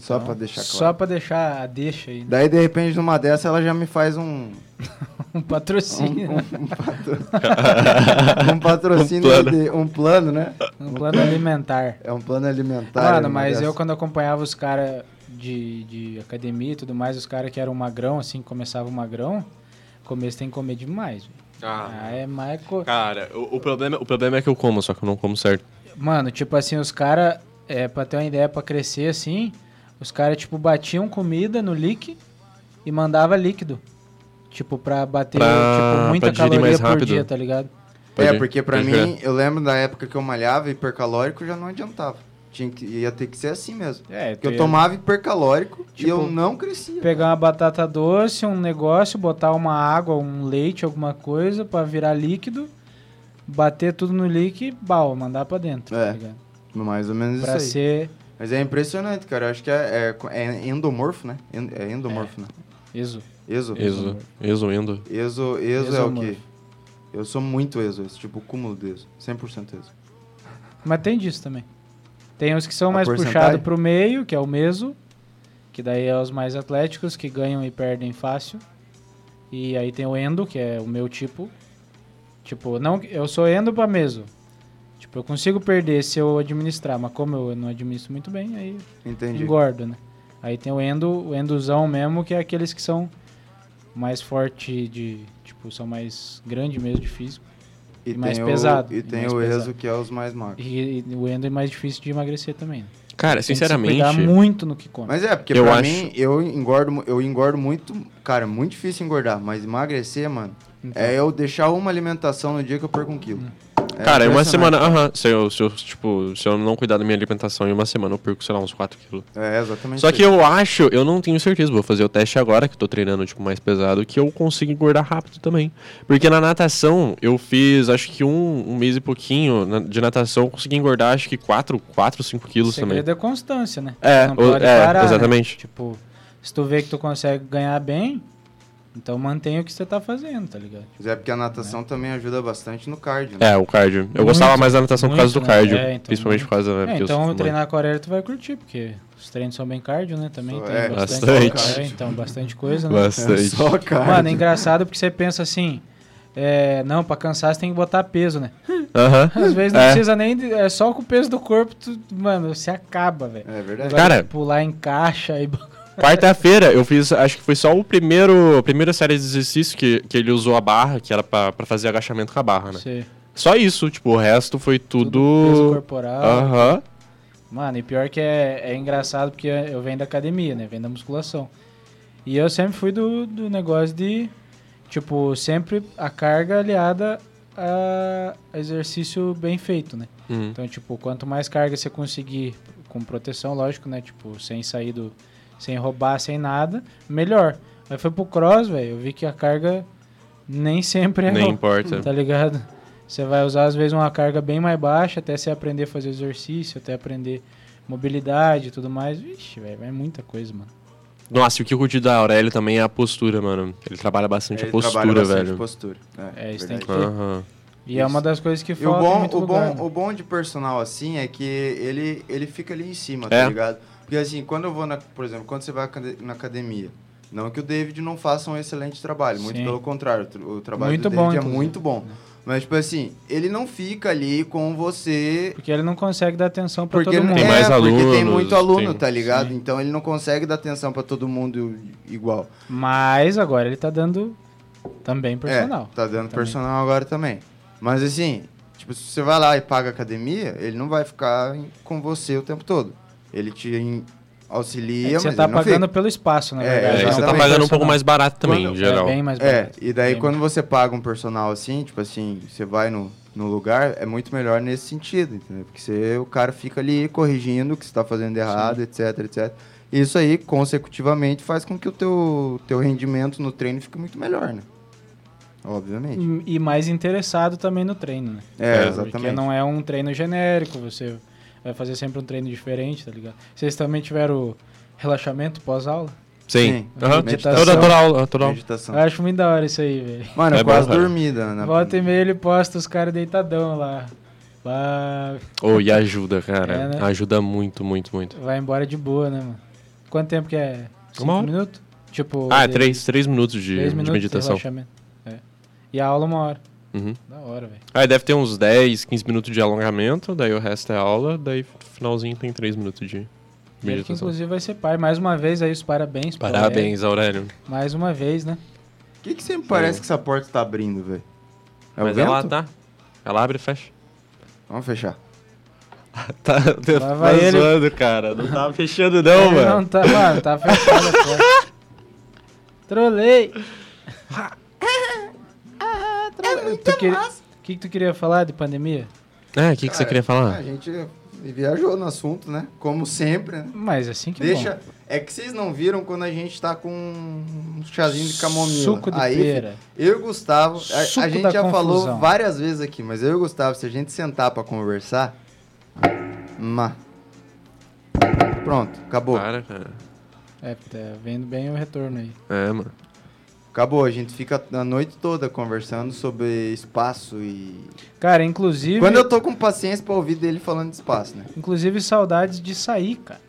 Speaker 3: só
Speaker 4: Então,
Speaker 3: pra deixar claro.
Speaker 4: Só pra deixar a deixa aí. né?
Speaker 3: Daí de repente numa dessa ela já me faz um (laughs)
Speaker 4: Um patrocínio. né?
Speaker 3: um, patro-
Speaker 6: (laughs)
Speaker 3: um patrocínio,
Speaker 6: Um plano.
Speaker 3: de- um plano, né?
Speaker 4: Um, plano alimentar.
Speaker 3: É um plano alimentar. né,
Speaker 4: Mano,
Speaker 3: uma
Speaker 4: mas eu
Speaker 3: dessa.
Speaker 4: quando acompanhava os caras de, de academia e tudo mais, os caras que eram magrão, assim, começavam magrão, começo tem que comer demais. velho. Ah, é mais... co-
Speaker 6: Cara, o, o problema, o problema é que eu como, só que eu não como certo.
Speaker 4: Mano, tipo assim, os caras, é, pra ter uma ideia, pra crescer assim, os caras, tipo, batiam comida no lick e mandava líquido. Tipo, pra bater,
Speaker 6: Pra-
Speaker 4: tipo, muita
Speaker 6: pra digerir
Speaker 4: caloria
Speaker 6: mais
Speaker 4: por
Speaker 6: rápido.
Speaker 4: dia, tá ligado?
Speaker 3: É,
Speaker 6: Pode-
Speaker 3: porque pra
Speaker 6: pode
Speaker 3: mim,
Speaker 6: crer.
Speaker 3: eu lembro da época que eu malhava hipercalórico, já não adiantava. Tinha que, ia ter que ser assim mesmo.
Speaker 4: É,
Speaker 3: Porque eu tomava hipercalórico e
Speaker 4: Tipo,
Speaker 3: eu não crescia.
Speaker 4: Pegar uma batata doce, um negócio, botar uma água, um leite, alguma coisa pra virar líquido, bater tudo no líquido e, bal, mandar pra dentro,
Speaker 3: É,
Speaker 4: tá ligado?
Speaker 3: Mais ou menos
Speaker 4: Pra
Speaker 3: isso aí.
Speaker 4: ser...
Speaker 3: Mas é impressionante, cara. Eu acho que é, é co- é endomorfo, né? En- É endomorfo, né?
Speaker 4: Isso.
Speaker 3: Exo.
Speaker 6: Exo, exoindo.
Speaker 3: Exo, exo é o
Speaker 4: Exomorfo.
Speaker 3: quê? Eu sou muito exo, esse tipo, cúmulo de exo. 100% exo.
Speaker 4: Mas tem disso também. Tem os que são
Speaker 3: A
Speaker 4: mais
Speaker 3: porcentagem?
Speaker 4: puxados pro meio, que é o meso, que daí é os mais atléticos, que ganham e perdem fácil. E aí tem o endo, que é o meu tipo. Tipo, não, eu sou endo pra meso. Tipo, eu consigo perder se eu administrar, mas como eu não administro muito bem, aí
Speaker 3: Entendi.
Speaker 4: engordo, né? Aí tem o endo, o endozão mesmo, que é aqueles que são mais forte de, tipo, são mais grande mesmo de físico.
Speaker 3: E
Speaker 4: mais
Speaker 3: tem
Speaker 4: pesado,
Speaker 3: O,
Speaker 4: e
Speaker 3: e tem
Speaker 4: mais
Speaker 3: o
Speaker 4: pesado.
Speaker 3: exo, que é os mais magros.
Speaker 4: E, e o endo é mais difícil de emagrecer também. né?
Speaker 6: Cara,
Speaker 4: Tem que se cuidar
Speaker 6: sinceramente,
Speaker 4: muito no que come.
Speaker 3: Mas é, porque
Speaker 6: Eu
Speaker 3: pra
Speaker 6: acho-
Speaker 3: mim, eu engordo, mu- eu engordo muito. Cara, é muito difícil engordar, mas emagrecer, mano,
Speaker 4: Então.
Speaker 3: é eu deixar uma alimentação no dia que eu perco um quilo. É
Speaker 6: cara, em uma
Speaker 3: impressionante.
Speaker 6: semana, aham, se, eu, se eu, tipo, se eu não cuidar da minha alimentação, em uma semana eu perco, sei lá, uns 4 quilos.
Speaker 3: É, exatamente.
Speaker 6: Só
Speaker 3: isso.
Speaker 6: que eu acho, eu não tenho certeza, vou fazer o teste agora que eu tô treinando tipo mais pesado, que eu consigo engordar rápido também. Porque na natação eu fiz acho que um, um mês e pouquinho na- de natação, eu consegui engordar acho que 4, 4, 5
Speaker 4: o
Speaker 6: quilos também.
Speaker 4: segredo é constância, né?
Speaker 6: É,
Speaker 4: Não
Speaker 6: o-
Speaker 4: pode
Speaker 6: é,
Speaker 4: parar, né?
Speaker 6: exatamente.
Speaker 4: Tipo, se tu vê que tu consegue ganhar bem, então mantenha o que você tá fazendo, tá ligado?
Speaker 3: Mas é porque a natação também ajuda bastante no cardio, né?
Speaker 6: É, o cardio. Eu
Speaker 4: Muito,
Speaker 6: gostava mais da natação por
Speaker 4: muito,
Speaker 6: causa do
Speaker 4: né?
Speaker 6: cardio.
Speaker 4: É, então,
Speaker 6: principalmente por causa, né?
Speaker 4: É,
Speaker 6: porque eu
Speaker 4: então
Speaker 6: sou-
Speaker 4: treinar com horário tu vai curtir, porque os treinos são bem cardio, né? Também
Speaker 3: Só-
Speaker 4: tem
Speaker 3: é,
Speaker 4: bastante.
Speaker 6: bastante.
Speaker 4: É, então, bastante coisa, (laughs) né?
Speaker 3: É (laughs)
Speaker 6: Bastante.
Speaker 3: só cardio.
Speaker 4: Mano, é engraçado porque você pensa assim, é, não, pra cansar você tem que botar peso, né?
Speaker 6: Aham.
Speaker 4: Às vezes não
Speaker 6: É.
Speaker 4: precisa nem, de- é só com o peso do corpo, tu, mano, você acaba, velho.
Speaker 3: É verdade.
Speaker 4: Vai
Speaker 6: Cara-
Speaker 4: Pular em caixa e... (laughs)
Speaker 6: Quarta-feira eu fiz, acho que foi só o primeiro, a primeira série de exercícios que, que ele usou a barra, que era pra, pra fazer agachamento com a barra, né?
Speaker 4: Você-
Speaker 6: Só isso, tipo, o resto foi
Speaker 4: Peso
Speaker 6: tudo.
Speaker 4: corporal.
Speaker 6: Aham.
Speaker 4: Mano, e pior que é, é engraçado porque eu venho da academia, né? Venho da musculação. E eu sempre fui do, do negócio de, tipo, sempre a carga aliada a a exercício bem feito, né?
Speaker 6: Uhum.
Speaker 3: Tá.
Speaker 4: Então, tipo, quanto mais carga você conseguir com proteção, lógico, né? Tipo, sem sair do. sem roubar, sem nada, melhor. Aí foi pro cross, velho. Eu vi que a carga nem sempre é
Speaker 6: Nem
Speaker 4: roubar.
Speaker 6: importa.
Speaker 4: Tá ligado? Você vai usar, às vezes, uma carga bem mais baixa até você aprender a fazer exercício, até aprender mobilidade e tudo mais. Vixe, velho, é muita coisa, mano.
Speaker 6: Nossa, e o que eu curti da Aurélio também é a postura, mano. Ele trabalha bastante
Speaker 3: É, Ele
Speaker 6: a
Speaker 3: trabalha
Speaker 6: postura,
Speaker 3: bastante
Speaker 6: velho.
Speaker 3: postura.
Speaker 4: É, isso tem
Speaker 3: verdade.
Speaker 4: que ter.
Speaker 6: Aham.
Speaker 4: E é uma das coisas que
Speaker 3: E o
Speaker 4: falta em
Speaker 3: bom,
Speaker 4: muito
Speaker 3: o,
Speaker 4: lugar. né?
Speaker 3: bom, o bom de personal assim é que ele, ele fica ali em cima,
Speaker 6: É.
Speaker 3: tá ligado? Porque assim, quando eu vou na, por exemplo, quando você vai acade- na academia, não que o David não faça um excelente trabalho, muito
Speaker 4: Sim.
Speaker 3: pelo contrário, o tra- o trabalho
Speaker 4: Muito
Speaker 3: do
Speaker 4: bom,
Speaker 3: David é
Speaker 4: inclusive.
Speaker 3: muito bom. Mas tipo assim, ele não fica ali com você
Speaker 4: Porque ele não consegue dar atenção pra
Speaker 3: porque
Speaker 4: todo
Speaker 3: ele não
Speaker 4: mundo.
Speaker 6: Tem mais
Speaker 3: é, porque tem
Speaker 6: alunos,
Speaker 3: muito aluno,
Speaker 6: tem-
Speaker 3: tá ligado? Então ele não consegue dar atenção pra todo mundo igual.
Speaker 4: Mas agora ele tá dando também personal.
Speaker 3: É, tá dando
Speaker 4: Também.
Speaker 3: personal agora também. Mas assim, tipo, se você vai lá e paga academia, ele não vai ficar em- com você o tempo todo. Ele te em-
Speaker 4: É
Speaker 3: auxilia,
Speaker 4: que
Speaker 3: mas
Speaker 4: você tá
Speaker 3: ele não
Speaker 4: pagando
Speaker 3: fica.
Speaker 4: pelo espaço, na
Speaker 3: É,
Speaker 4: verdade.
Speaker 6: É,
Speaker 3: exatamente.
Speaker 6: e você tá
Speaker 4: Não,
Speaker 6: pagando um
Speaker 4: personal.
Speaker 6: pouco mais barato também, em
Speaker 4: É
Speaker 6: geral.
Speaker 4: bem mais
Speaker 3: É,
Speaker 4: barato.
Speaker 3: e daí
Speaker 4: Bem
Speaker 3: quando você paga um personal assim, tipo assim, você vai no, no lugar, é muito melhor nesse sentido, entendeu? Porque você, o cara fica ali corrigindo o que você tá fazendo errado, etc, etc. Isso aí, consecutivamente, faz com que o teu, teu rendimento no treino fique muito melhor, né? Obviamente.
Speaker 4: E e mais interessado também no treino, né?
Speaker 3: É,
Speaker 4: Porque
Speaker 3: exatamente.
Speaker 4: não é um treino genérico, você vai fazer sempre um treino diferente, tá ligado? Vocês também tiveram relaxamento pós-aula?
Speaker 6: Sim.
Speaker 3: Sim.
Speaker 6: Aham.
Speaker 3: Meditação.
Speaker 6: Toda, toda aula. Toda aula.
Speaker 3: Meditação.
Speaker 4: Eu acho muito da hora isso aí, velho.
Speaker 3: Mano,
Speaker 6: É
Speaker 3: eu quase
Speaker 6: bom, cara.
Speaker 3: dormida, né?
Speaker 4: Volta e meia ele posta os caras deitadão lá. Lá-
Speaker 6: Oh, e ajuda, cara.
Speaker 4: É, né?
Speaker 6: Ajuda muito, muito, muito.
Speaker 4: Vai embora de boa, né, mano? Quanto tempo que é? Cinco
Speaker 6: Uma hora.
Speaker 4: minutos? Tipo.
Speaker 6: Ah,
Speaker 4: de-
Speaker 6: três, três minutos de,
Speaker 4: três
Speaker 6: de
Speaker 4: minutos
Speaker 6: meditação.
Speaker 4: relaxamento. É. E a aula uma hora.
Speaker 6: Uhum.
Speaker 4: Da hora, velho.
Speaker 6: Aí deve ter uns 10, 15 minutos de alongamento, daí o resto é aula, daí no finalzinho tem 3 minutos de
Speaker 4: Ele que
Speaker 6: meditação.
Speaker 4: inclusive vai ser pai. Mais uma vez aí os parabéns. pro
Speaker 6: Parabéns, Aurélio.
Speaker 4: Aurélio. Mais uma vez, né?
Speaker 3: O que, que sempre parece que essa porta tá abrindo, velho? É o
Speaker 6: É. Mas
Speaker 3: vento?
Speaker 6: ela tá. Ela abre e fecha.
Speaker 3: Vamos fechar.
Speaker 6: (laughs) Tá,
Speaker 4: Lá vai ele.
Speaker 6: zoando, cara. Não tá fechando não,
Speaker 4: Ele
Speaker 6: mano.
Speaker 4: Não tá, mano, tá fechado a porta. Trolei. Tu queria- O que, que tu queria falar de pandemia?
Speaker 6: Ah, o que, que
Speaker 3: Cara,
Speaker 6: você queria
Speaker 3: A
Speaker 6: falar?
Speaker 3: gente viajou no assunto, né? Como sempre, né?
Speaker 4: Mas assim que
Speaker 3: Deixa.
Speaker 4: bom.
Speaker 3: É que vocês não viram quando a gente tá com um chazinho de camomila.
Speaker 4: Suco de
Speaker 3: Aí,
Speaker 4: pera.
Speaker 3: Eu e o Gustavo, a- a,
Speaker 4: Suco
Speaker 3: gente
Speaker 4: da
Speaker 3: já falou
Speaker 4: confusão.
Speaker 3: várias vezes aqui, mas eu e o Gustavo, se a gente sentar pra conversar. Má. Pronto, acabou.
Speaker 6: Para, cara.
Speaker 4: É, tá vendo bem o retorno aí.
Speaker 6: É, mano.
Speaker 3: Acabou, a gente fica a noite toda conversando sobre espaço e.
Speaker 4: Cara, inclusive.
Speaker 3: Quando eu tô com paciência pra ouvir dele falando de espaço, né?
Speaker 4: Inclusive, saudades de sair, cara.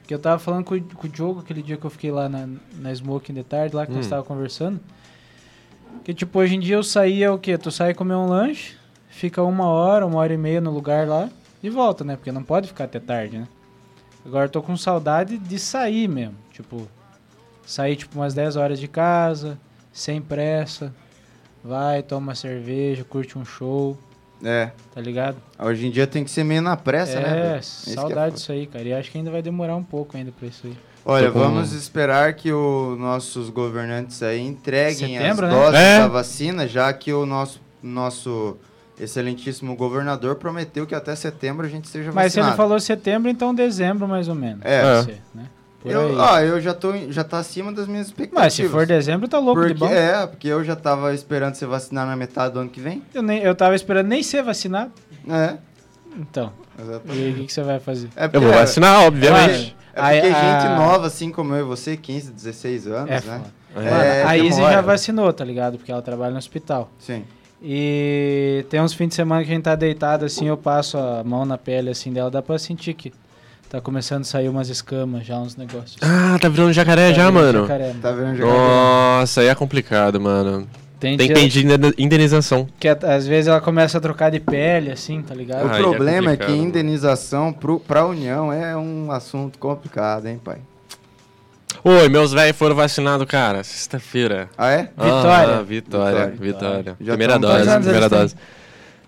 Speaker 4: Porque eu tava falando com, o- com o Diogo aquele dia que eu fiquei lá na, na Smoking de tarde, lá que nós
Speaker 6: Hum.
Speaker 4: tava conversando. Que tipo, hoje em dia eu saía o quê? Tu sai comer um lanche, fica uma hora, uma hora e meia no lugar lá e volta, né? Porque não pode ficar até tarde, né? Agora eu tô com saudade de sair mesmo. Tipo, sair tipo umas 10 horas de casa, sem pressa. Vai, toma uma cerveja, curte um show,
Speaker 3: É.
Speaker 4: tá ligado?
Speaker 3: Hoje em dia tem que ser meio na pressa,
Speaker 4: é,
Speaker 3: né? velho? Isso que é
Speaker 4: saudade
Speaker 3: foda.
Speaker 4: disso aí, cara. E acho que ainda vai demorar um pouco ainda pra isso aí.
Speaker 3: Olha,
Speaker 6: Tô com-
Speaker 3: vamos esperar que os nossos governantes aí entreguem
Speaker 4: Setembro,
Speaker 3: as
Speaker 4: né?
Speaker 3: doses
Speaker 6: É.
Speaker 3: da vacina, já que o nosso, nosso excelentíssimo governador prometeu que até setembro a gente seja
Speaker 4: Mas se ele
Speaker 3: vacinado.
Speaker 4: falou setembro, então dezembro mais ou menos.
Speaker 3: É.
Speaker 4: Pode ser, né? Por aí.
Speaker 3: eu, ó, eu já tô em- já tá acima das minhas expectativas.
Speaker 4: Mas se for dezembro, tá louco
Speaker 3: porque,
Speaker 4: de bom.
Speaker 3: É, porque eu já tava esperando ser vacinar na metade do ano que vem.
Speaker 4: Eu, nem, eu tava esperando nem ser vacinado.
Speaker 3: É,
Speaker 4: Então, e
Speaker 3: exatamente.
Speaker 4: aí, o que, que você vai fazer?
Speaker 3: É porque,
Speaker 6: Eu vou vacinar,
Speaker 4: Claro.
Speaker 6: obviamente.
Speaker 3: É porque
Speaker 4: Aí, ah, a-
Speaker 3: gente nova, assim como eu e você, 15, 16 anos, né?
Speaker 4: É, foda.
Speaker 6: É.
Speaker 4: Mano, a Izzy
Speaker 3: demora.
Speaker 4: já vacinou, tá ligado? Porque ela trabalha no hospital.
Speaker 3: Sim.
Speaker 4: E tem uns fins de semana que a gente tá deitado assim, eu passo a mão na pele assim dela, dá pra sentir que tá começando a sair umas escamas já, uns negócios.
Speaker 6: Ah, tá virando jacaré já,
Speaker 4: Tá vendo,
Speaker 6: mano.
Speaker 4: jacaré, mano.
Speaker 3: Tá vendo jogar?
Speaker 6: Nossa, aí é complicado, mano.
Speaker 4: Tem,
Speaker 6: Tem que
Speaker 4: dia-
Speaker 6: pedir indena- indenização.
Speaker 4: Que a- às vezes ela começa a trocar de pele, assim, tá ligado?
Speaker 3: O
Speaker 6: Ah, aí é
Speaker 3: problema é que
Speaker 6: complicado, né?
Speaker 3: indenização pro, pra União é um assunto complicado, hein, pai?
Speaker 6: Oi, meus velhos foram vacinados, cara. Sexta-feira.
Speaker 3: Ah, é?
Speaker 4: Vitória.
Speaker 6: Ah, vitória,
Speaker 3: Vitória.
Speaker 6: vitória. tá um
Speaker 3: Já
Speaker 6: Primeira
Speaker 3: estamos-
Speaker 6: dose,
Speaker 4: Quantos anos
Speaker 6: primeira
Speaker 4: eles têm?
Speaker 6: dose.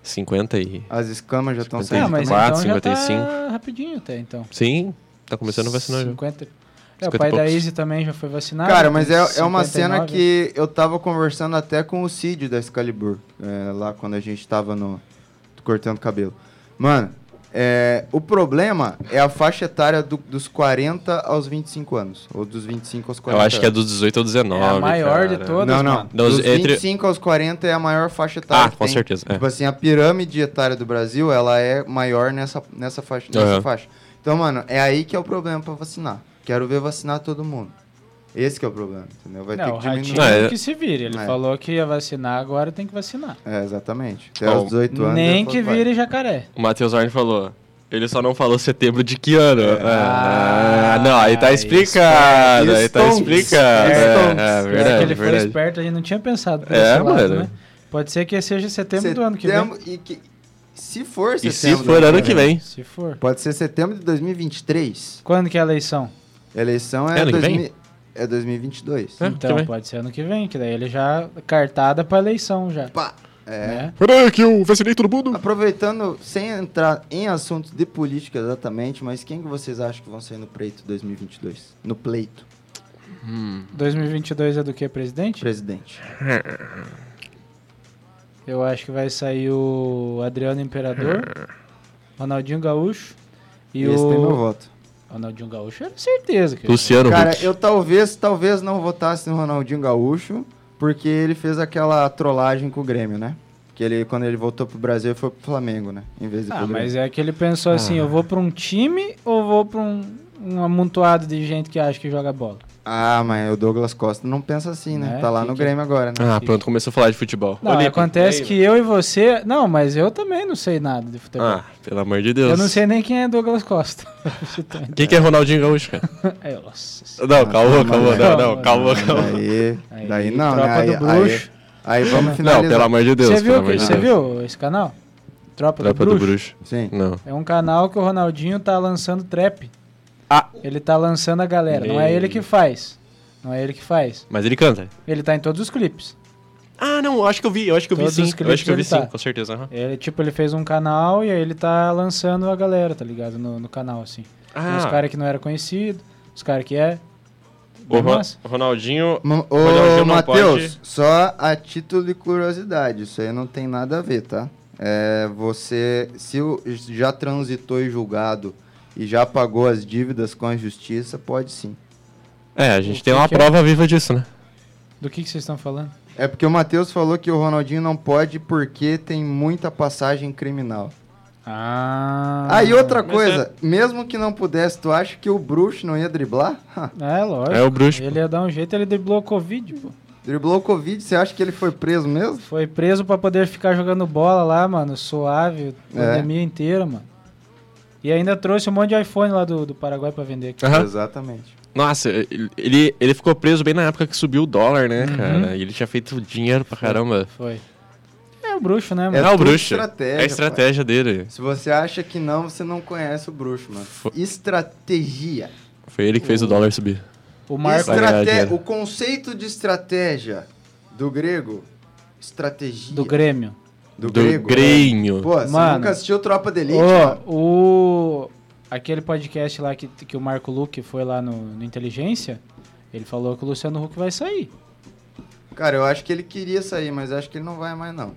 Speaker 6: 50 e.
Speaker 3: As escamas já estão
Speaker 6: Tem
Speaker 4: Ah,
Speaker 3: saindo.
Speaker 4: mas
Speaker 6: 54,
Speaker 4: então já
Speaker 6: 55.
Speaker 4: tá rapidinho até, então.
Speaker 6: Sim, tá começando a vacinar já.
Speaker 4: 50... É, o
Speaker 6: 50
Speaker 4: pai
Speaker 6: e
Speaker 4: da
Speaker 6: poucos.
Speaker 4: Izzy também já foi vacinado.
Speaker 3: Cara, mas é, é
Speaker 4: tem
Speaker 3: uma
Speaker 4: 59.
Speaker 3: cena que eu tava conversando até com o Cid da Excalibur, é, lá quando a gente tava no cortando cabelo. Mano, é, o problema é a faixa etária do- dos 40 aos 25 anos, ou dos 25 aos 40
Speaker 6: Eu acho que é dos 18 ao 19.
Speaker 4: É a maior
Speaker 6: cara.
Speaker 4: de todas.
Speaker 3: Não, não.
Speaker 4: mano.
Speaker 6: Dos-
Speaker 3: Dos
Speaker 6: entre-
Speaker 3: 25 aos 40 é a maior faixa etária.
Speaker 6: Ah,
Speaker 3: que
Speaker 6: com
Speaker 3: tem.
Speaker 6: certeza, é.
Speaker 3: Tipo assim, a pirâmide etária do Brasil, ela é maior nessa, nessa, faixa, nessa
Speaker 6: Aham.
Speaker 3: faixa. Então, mano, é aí que é o problema pra vacinar. Quero ver vacinar todo mundo. Esse que é o problema, entendeu? Vai
Speaker 4: Não, o
Speaker 3: ter que
Speaker 4: Ratinho
Speaker 3: diminuir.
Speaker 6: Ah, é.
Speaker 4: que se vire. Ele
Speaker 3: É.
Speaker 4: falou que ia vacinar, agora tem que vacinar.
Speaker 3: É, exatamente. Até
Speaker 6: Ah, Bom,
Speaker 3: aos 18 anos.
Speaker 4: Nem
Speaker 3: eu
Speaker 4: que
Speaker 3: falo,
Speaker 4: vire jacaré.
Speaker 6: O Matheus Arne falou. Ele só não falou setembro de que ano.
Speaker 4: É.
Speaker 6: Ah,
Speaker 4: Ah,
Speaker 6: não, aí tá
Speaker 4: isso, é
Speaker 6: explicado. Aí tá
Speaker 3: Stonks,
Speaker 6: explicado.
Speaker 3: Stonks.
Speaker 6: É, é
Speaker 4: Pior
Speaker 6: verdade,
Speaker 4: Né? Então, que ele
Speaker 6: verdade.
Speaker 4: foi esperto, a gente não tinha pensado por
Speaker 6: É,
Speaker 4: esse lado,
Speaker 6: mano.
Speaker 4: né? Pode ser que seja setembro,
Speaker 3: vai.
Speaker 4: do ano que vem.
Speaker 3: Setembro- E que, se for
Speaker 6: E
Speaker 3: setembro.
Speaker 6: se for ano que vem?
Speaker 4: Se for.
Speaker 3: Pode ser setembro de 2023.
Speaker 4: Quando que é a eleição?
Speaker 3: Eleição
Speaker 6: É
Speaker 3: é,
Speaker 6: ano que
Speaker 3: 2000
Speaker 6: vem?
Speaker 3: é 2022.
Speaker 6: É, que
Speaker 4: então,
Speaker 6: vem.
Speaker 4: pode ser ano que vem, que daí ele já cartada pra eleição já.
Speaker 3: Pá. É.
Speaker 4: né?
Speaker 6: Peraí, que eu vacinei todo mundo.
Speaker 3: Aproveitando, sem entrar em assuntos de política exatamente, mas quem que vocês acham que vão sair no pleito 2022? No pleito,
Speaker 4: 2022 é do que, presidente?
Speaker 3: presidente.
Speaker 4: Eu acho que vai sair o Adriano Imperador, Ronaldinho Gaúcho e
Speaker 3: Esse tem meu
Speaker 4: o,
Speaker 3: voto.
Speaker 4: Ronaldinho Gaúcho era certeza. Que
Speaker 6: Luciano
Speaker 3: Cara,
Speaker 6: Huck.
Speaker 3: eu talvez, talvez não votasse no Ronaldinho Gaúcho, porque ele fez aquela trollagem com o Grêmio, né? Que ele, quando ele voltou pro Brasil, ele foi pro Flamengo, né? Em vez de
Speaker 4: Ah,
Speaker 3: pro Grêmio.
Speaker 4: mas é que ele pensou assim,
Speaker 3: Ah.
Speaker 4: eu vou pra um time ou vou pra um, um amontoado de gente que acha que joga bola?
Speaker 3: Ah, mas o Douglas Costa não pensa assim, né?
Speaker 4: Né?
Speaker 3: Tá lá
Speaker 4: Que-
Speaker 3: no
Speaker 4: que-
Speaker 3: Grêmio agora, né?
Speaker 6: Ah, pronto, começou a falar de futebol. Ah,
Speaker 4: Não,
Speaker 6: Olímpio,
Speaker 4: acontece
Speaker 6: e aí,
Speaker 4: que eu e você... Não, mas eu também não sei nada de futebol.
Speaker 6: Ah, pelo amor de Deus.
Speaker 4: eu não sei nem quem é Douglas Costa. (laughs)
Speaker 6: Quem que é Ronaldinho Gaúcho, cara?
Speaker 4: Aí, nossa senhora.
Speaker 6: (laughs) Não, calma, calma,
Speaker 3: mas-
Speaker 6: não, não, calma,
Speaker 3: Não,
Speaker 6: calma.
Speaker 3: Daí,
Speaker 4: Aí,
Speaker 3: daí não, né?
Speaker 4: Tropa
Speaker 3: Aí,
Speaker 4: do Bruxo.
Speaker 3: aí, aí vamos
Speaker 6: Não,
Speaker 3: finalizar.
Speaker 6: pelo amor de Deus,
Speaker 4: Você
Speaker 6: pelo
Speaker 4: viu,
Speaker 6: amor
Speaker 4: que,
Speaker 6: de
Speaker 4: você
Speaker 6: Deus.
Speaker 4: viu esse canal? Tropa,
Speaker 6: Tropa
Speaker 4: do,
Speaker 6: do
Speaker 4: Bruxo.
Speaker 6: Bruxo.
Speaker 3: Sim.
Speaker 6: Não.
Speaker 4: É um canal que o Ronaldinho tá lançando trap.
Speaker 6: Ah.
Speaker 4: Ele tá lançando a galera. Não é
Speaker 6: Meu.
Speaker 4: ele que faz. Não é ele que faz.
Speaker 6: Mas ele canta.
Speaker 4: Ele tá em todos os clipes.
Speaker 6: Ah, não, eu acho que eu vi, eu acho que eu vi
Speaker 4: Todos os
Speaker 6: sim. Eu acho que eu vi
Speaker 4: clipes ele tá.
Speaker 6: sim, com certeza. aham.
Speaker 4: Ele, tipo, ele fez um canal e aí ele tá lançando a galera, tá ligado? No, no canal, assim. Tem Os
Speaker 6: Ah,
Speaker 4: caras que não era conhecido, os caras que é.
Speaker 6: o
Speaker 4: Bem
Speaker 6: Ro-
Speaker 4: massa.
Speaker 6: Ronaldinho.
Speaker 3: Ma-
Speaker 6: Ronaldinho
Speaker 3: Ô,
Speaker 6: não
Speaker 3: Matheus,
Speaker 6: pode-
Speaker 3: só a título de curiosidade, isso aí não tem nada a ver, tá? É, você, se o- já transitou em julgado e já pagou as dívidas com a justiça, pode sim.
Speaker 6: É, a gente
Speaker 4: O
Speaker 6: tem
Speaker 4: que
Speaker 6: uma
Speaker 4: que é?
Speaker 6: prova viva disso, né?
Speaker 4: Do que que vocês estão falando?
Speaker 3: É porque o Matheus falou que o Ronaldinho não pode porque tem muita passagem criminal.
Speaker 4: Ah.
Speaker 3: Ah, e outra
Speaker 6: mas é-
Speaker 3: coisa, mesmo que não pudesse, tu acha que o bruxo não ia driblar? (laughs) Ha,
Speaker 4: É, lógico.
Speaker 6: É o Bruxo,
Speaker 4: Ele ia dar um jeito, ele driblou Covid, pô.
Speaker 3: Driblou o Covid, você acha que ele foi preso mesmo?
Speaker 4: Foi preso pra poder ficar jogando bola lá, mano, suave,
Speaker 3: É.
Speaker 4: pandemia inteira, mano. E ainda trouxe um monte de iPhone lá do, do Paraguai pra vender. aqui.
Speaker 6: Aham.
Speaker 3: Exatamente.
Speaker 6: Nossa, ele- ele, ele ficou preso bem na época que subiu o dólar,
Speaker 3: Uhum.
Speaker 6: né, cara? E ele tinha feito dinheiro pra caramba.
Speaker 4: Foi. É o bruxo, né,
Speaker 6: É,
Speaker 4: mano?
Speaker 6: o
Speaker 3: tudo
Speaker 6: bruxo.
Speaker 3: estratégia,
Speaker 6: é a estratégia dele.
Speaker 3: Se você acha que não, você não conhece o bruxo, mano. Estratégia.
Speaker 6: Foi ele que fez o dólar subir.
Speaker 3: É
Speaker 4: O Marco.
Speaker 6: Vai ganhar
Speaker 3: Estrate-
Speaker 6: dinheiro.
Speaker 3: O conceito de estratégia do grego, estratégia
Speaker 4: Do Grêmio.
Speaker 3: do
Speaker 6: Do,
Speaker 3: grego. né?
Speaker 6: Grêmio.
Speaker 3: Pô, você
Speaker 4: Mano.
Speaker 3: nunca assistiu Tropa de Elite? mano?
Speaker 4: Ô, o. Aquele podcast lá que, que o Marco Luque foi lá no, no Inteligência, ele falou que o Luciano Huck vai sair.
Speaker 3: Cara, eu acho que ele queria sair, mas acho que ele não vai mais não.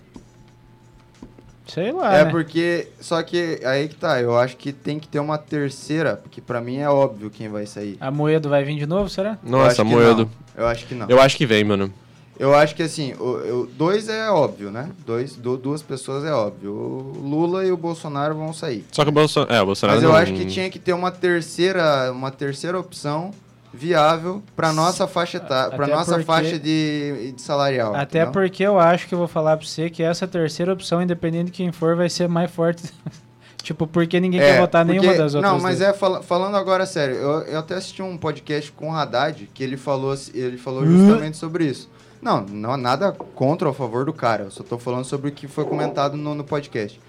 Speaker 4: Sei lá.
Speaker 3: é
Speaker 4: né?
Speaker 3: porque só que aí que tá, eu acho que tem que ter uma terceira, porque pra mim é óbvio quem vai sair.
Speaker 4: A Moedo vai vir de novo, será?
Speaker 3: Eu
Speaker 6: Nossa,
Speaker 3: acho que
Speaker 6: Moedo.
Speaker 3: não. Eu acho que não.
Speaker 6: Eu acho que vem, mano.
Speaker 3: Eu acho que assim, o, eu- dois é óbvio, né? Dois, du- duas pessoas é óbvio. O Lula e o Bolsonaro vão sair.
Speaker 6: Só que o Bolsonaro. É, o Bolsonaro.
Speaker 3: Mas eu
Speaker 6: não-
Speaker 3: acho que tinha que ter uma terceira, uma terceira opção viável para nossa faixa etária, para
Speaker 4: Até
Speaker 3: nossa
Speaker 4: porque-
Speaker 3: faixa de, de salarial.
Speaker 4: Até
Speaker 3: entendeu?
Speaker 4: porque eu acho que eu vou falar pra você que essa terceira opção, independente de quem for, vai ser mais forte. (laughs) tipo, porque ninguém
Speaker 3: É,
Speaker 4: quer votar
Speaker 3: porque-
Speaker 4: nenhuma das outras.
Speaker 3: Não, mas
Speaker 4: duas.
Speaker 3: é fala- falando agora sério, eu, eu até assisti um podcast com o Haddad que ele falou, ele falou justamente sobre isso. Não, não há nada contra ou a favor do cara, eu só tô falando sobre o que foi comentado no, no podcast.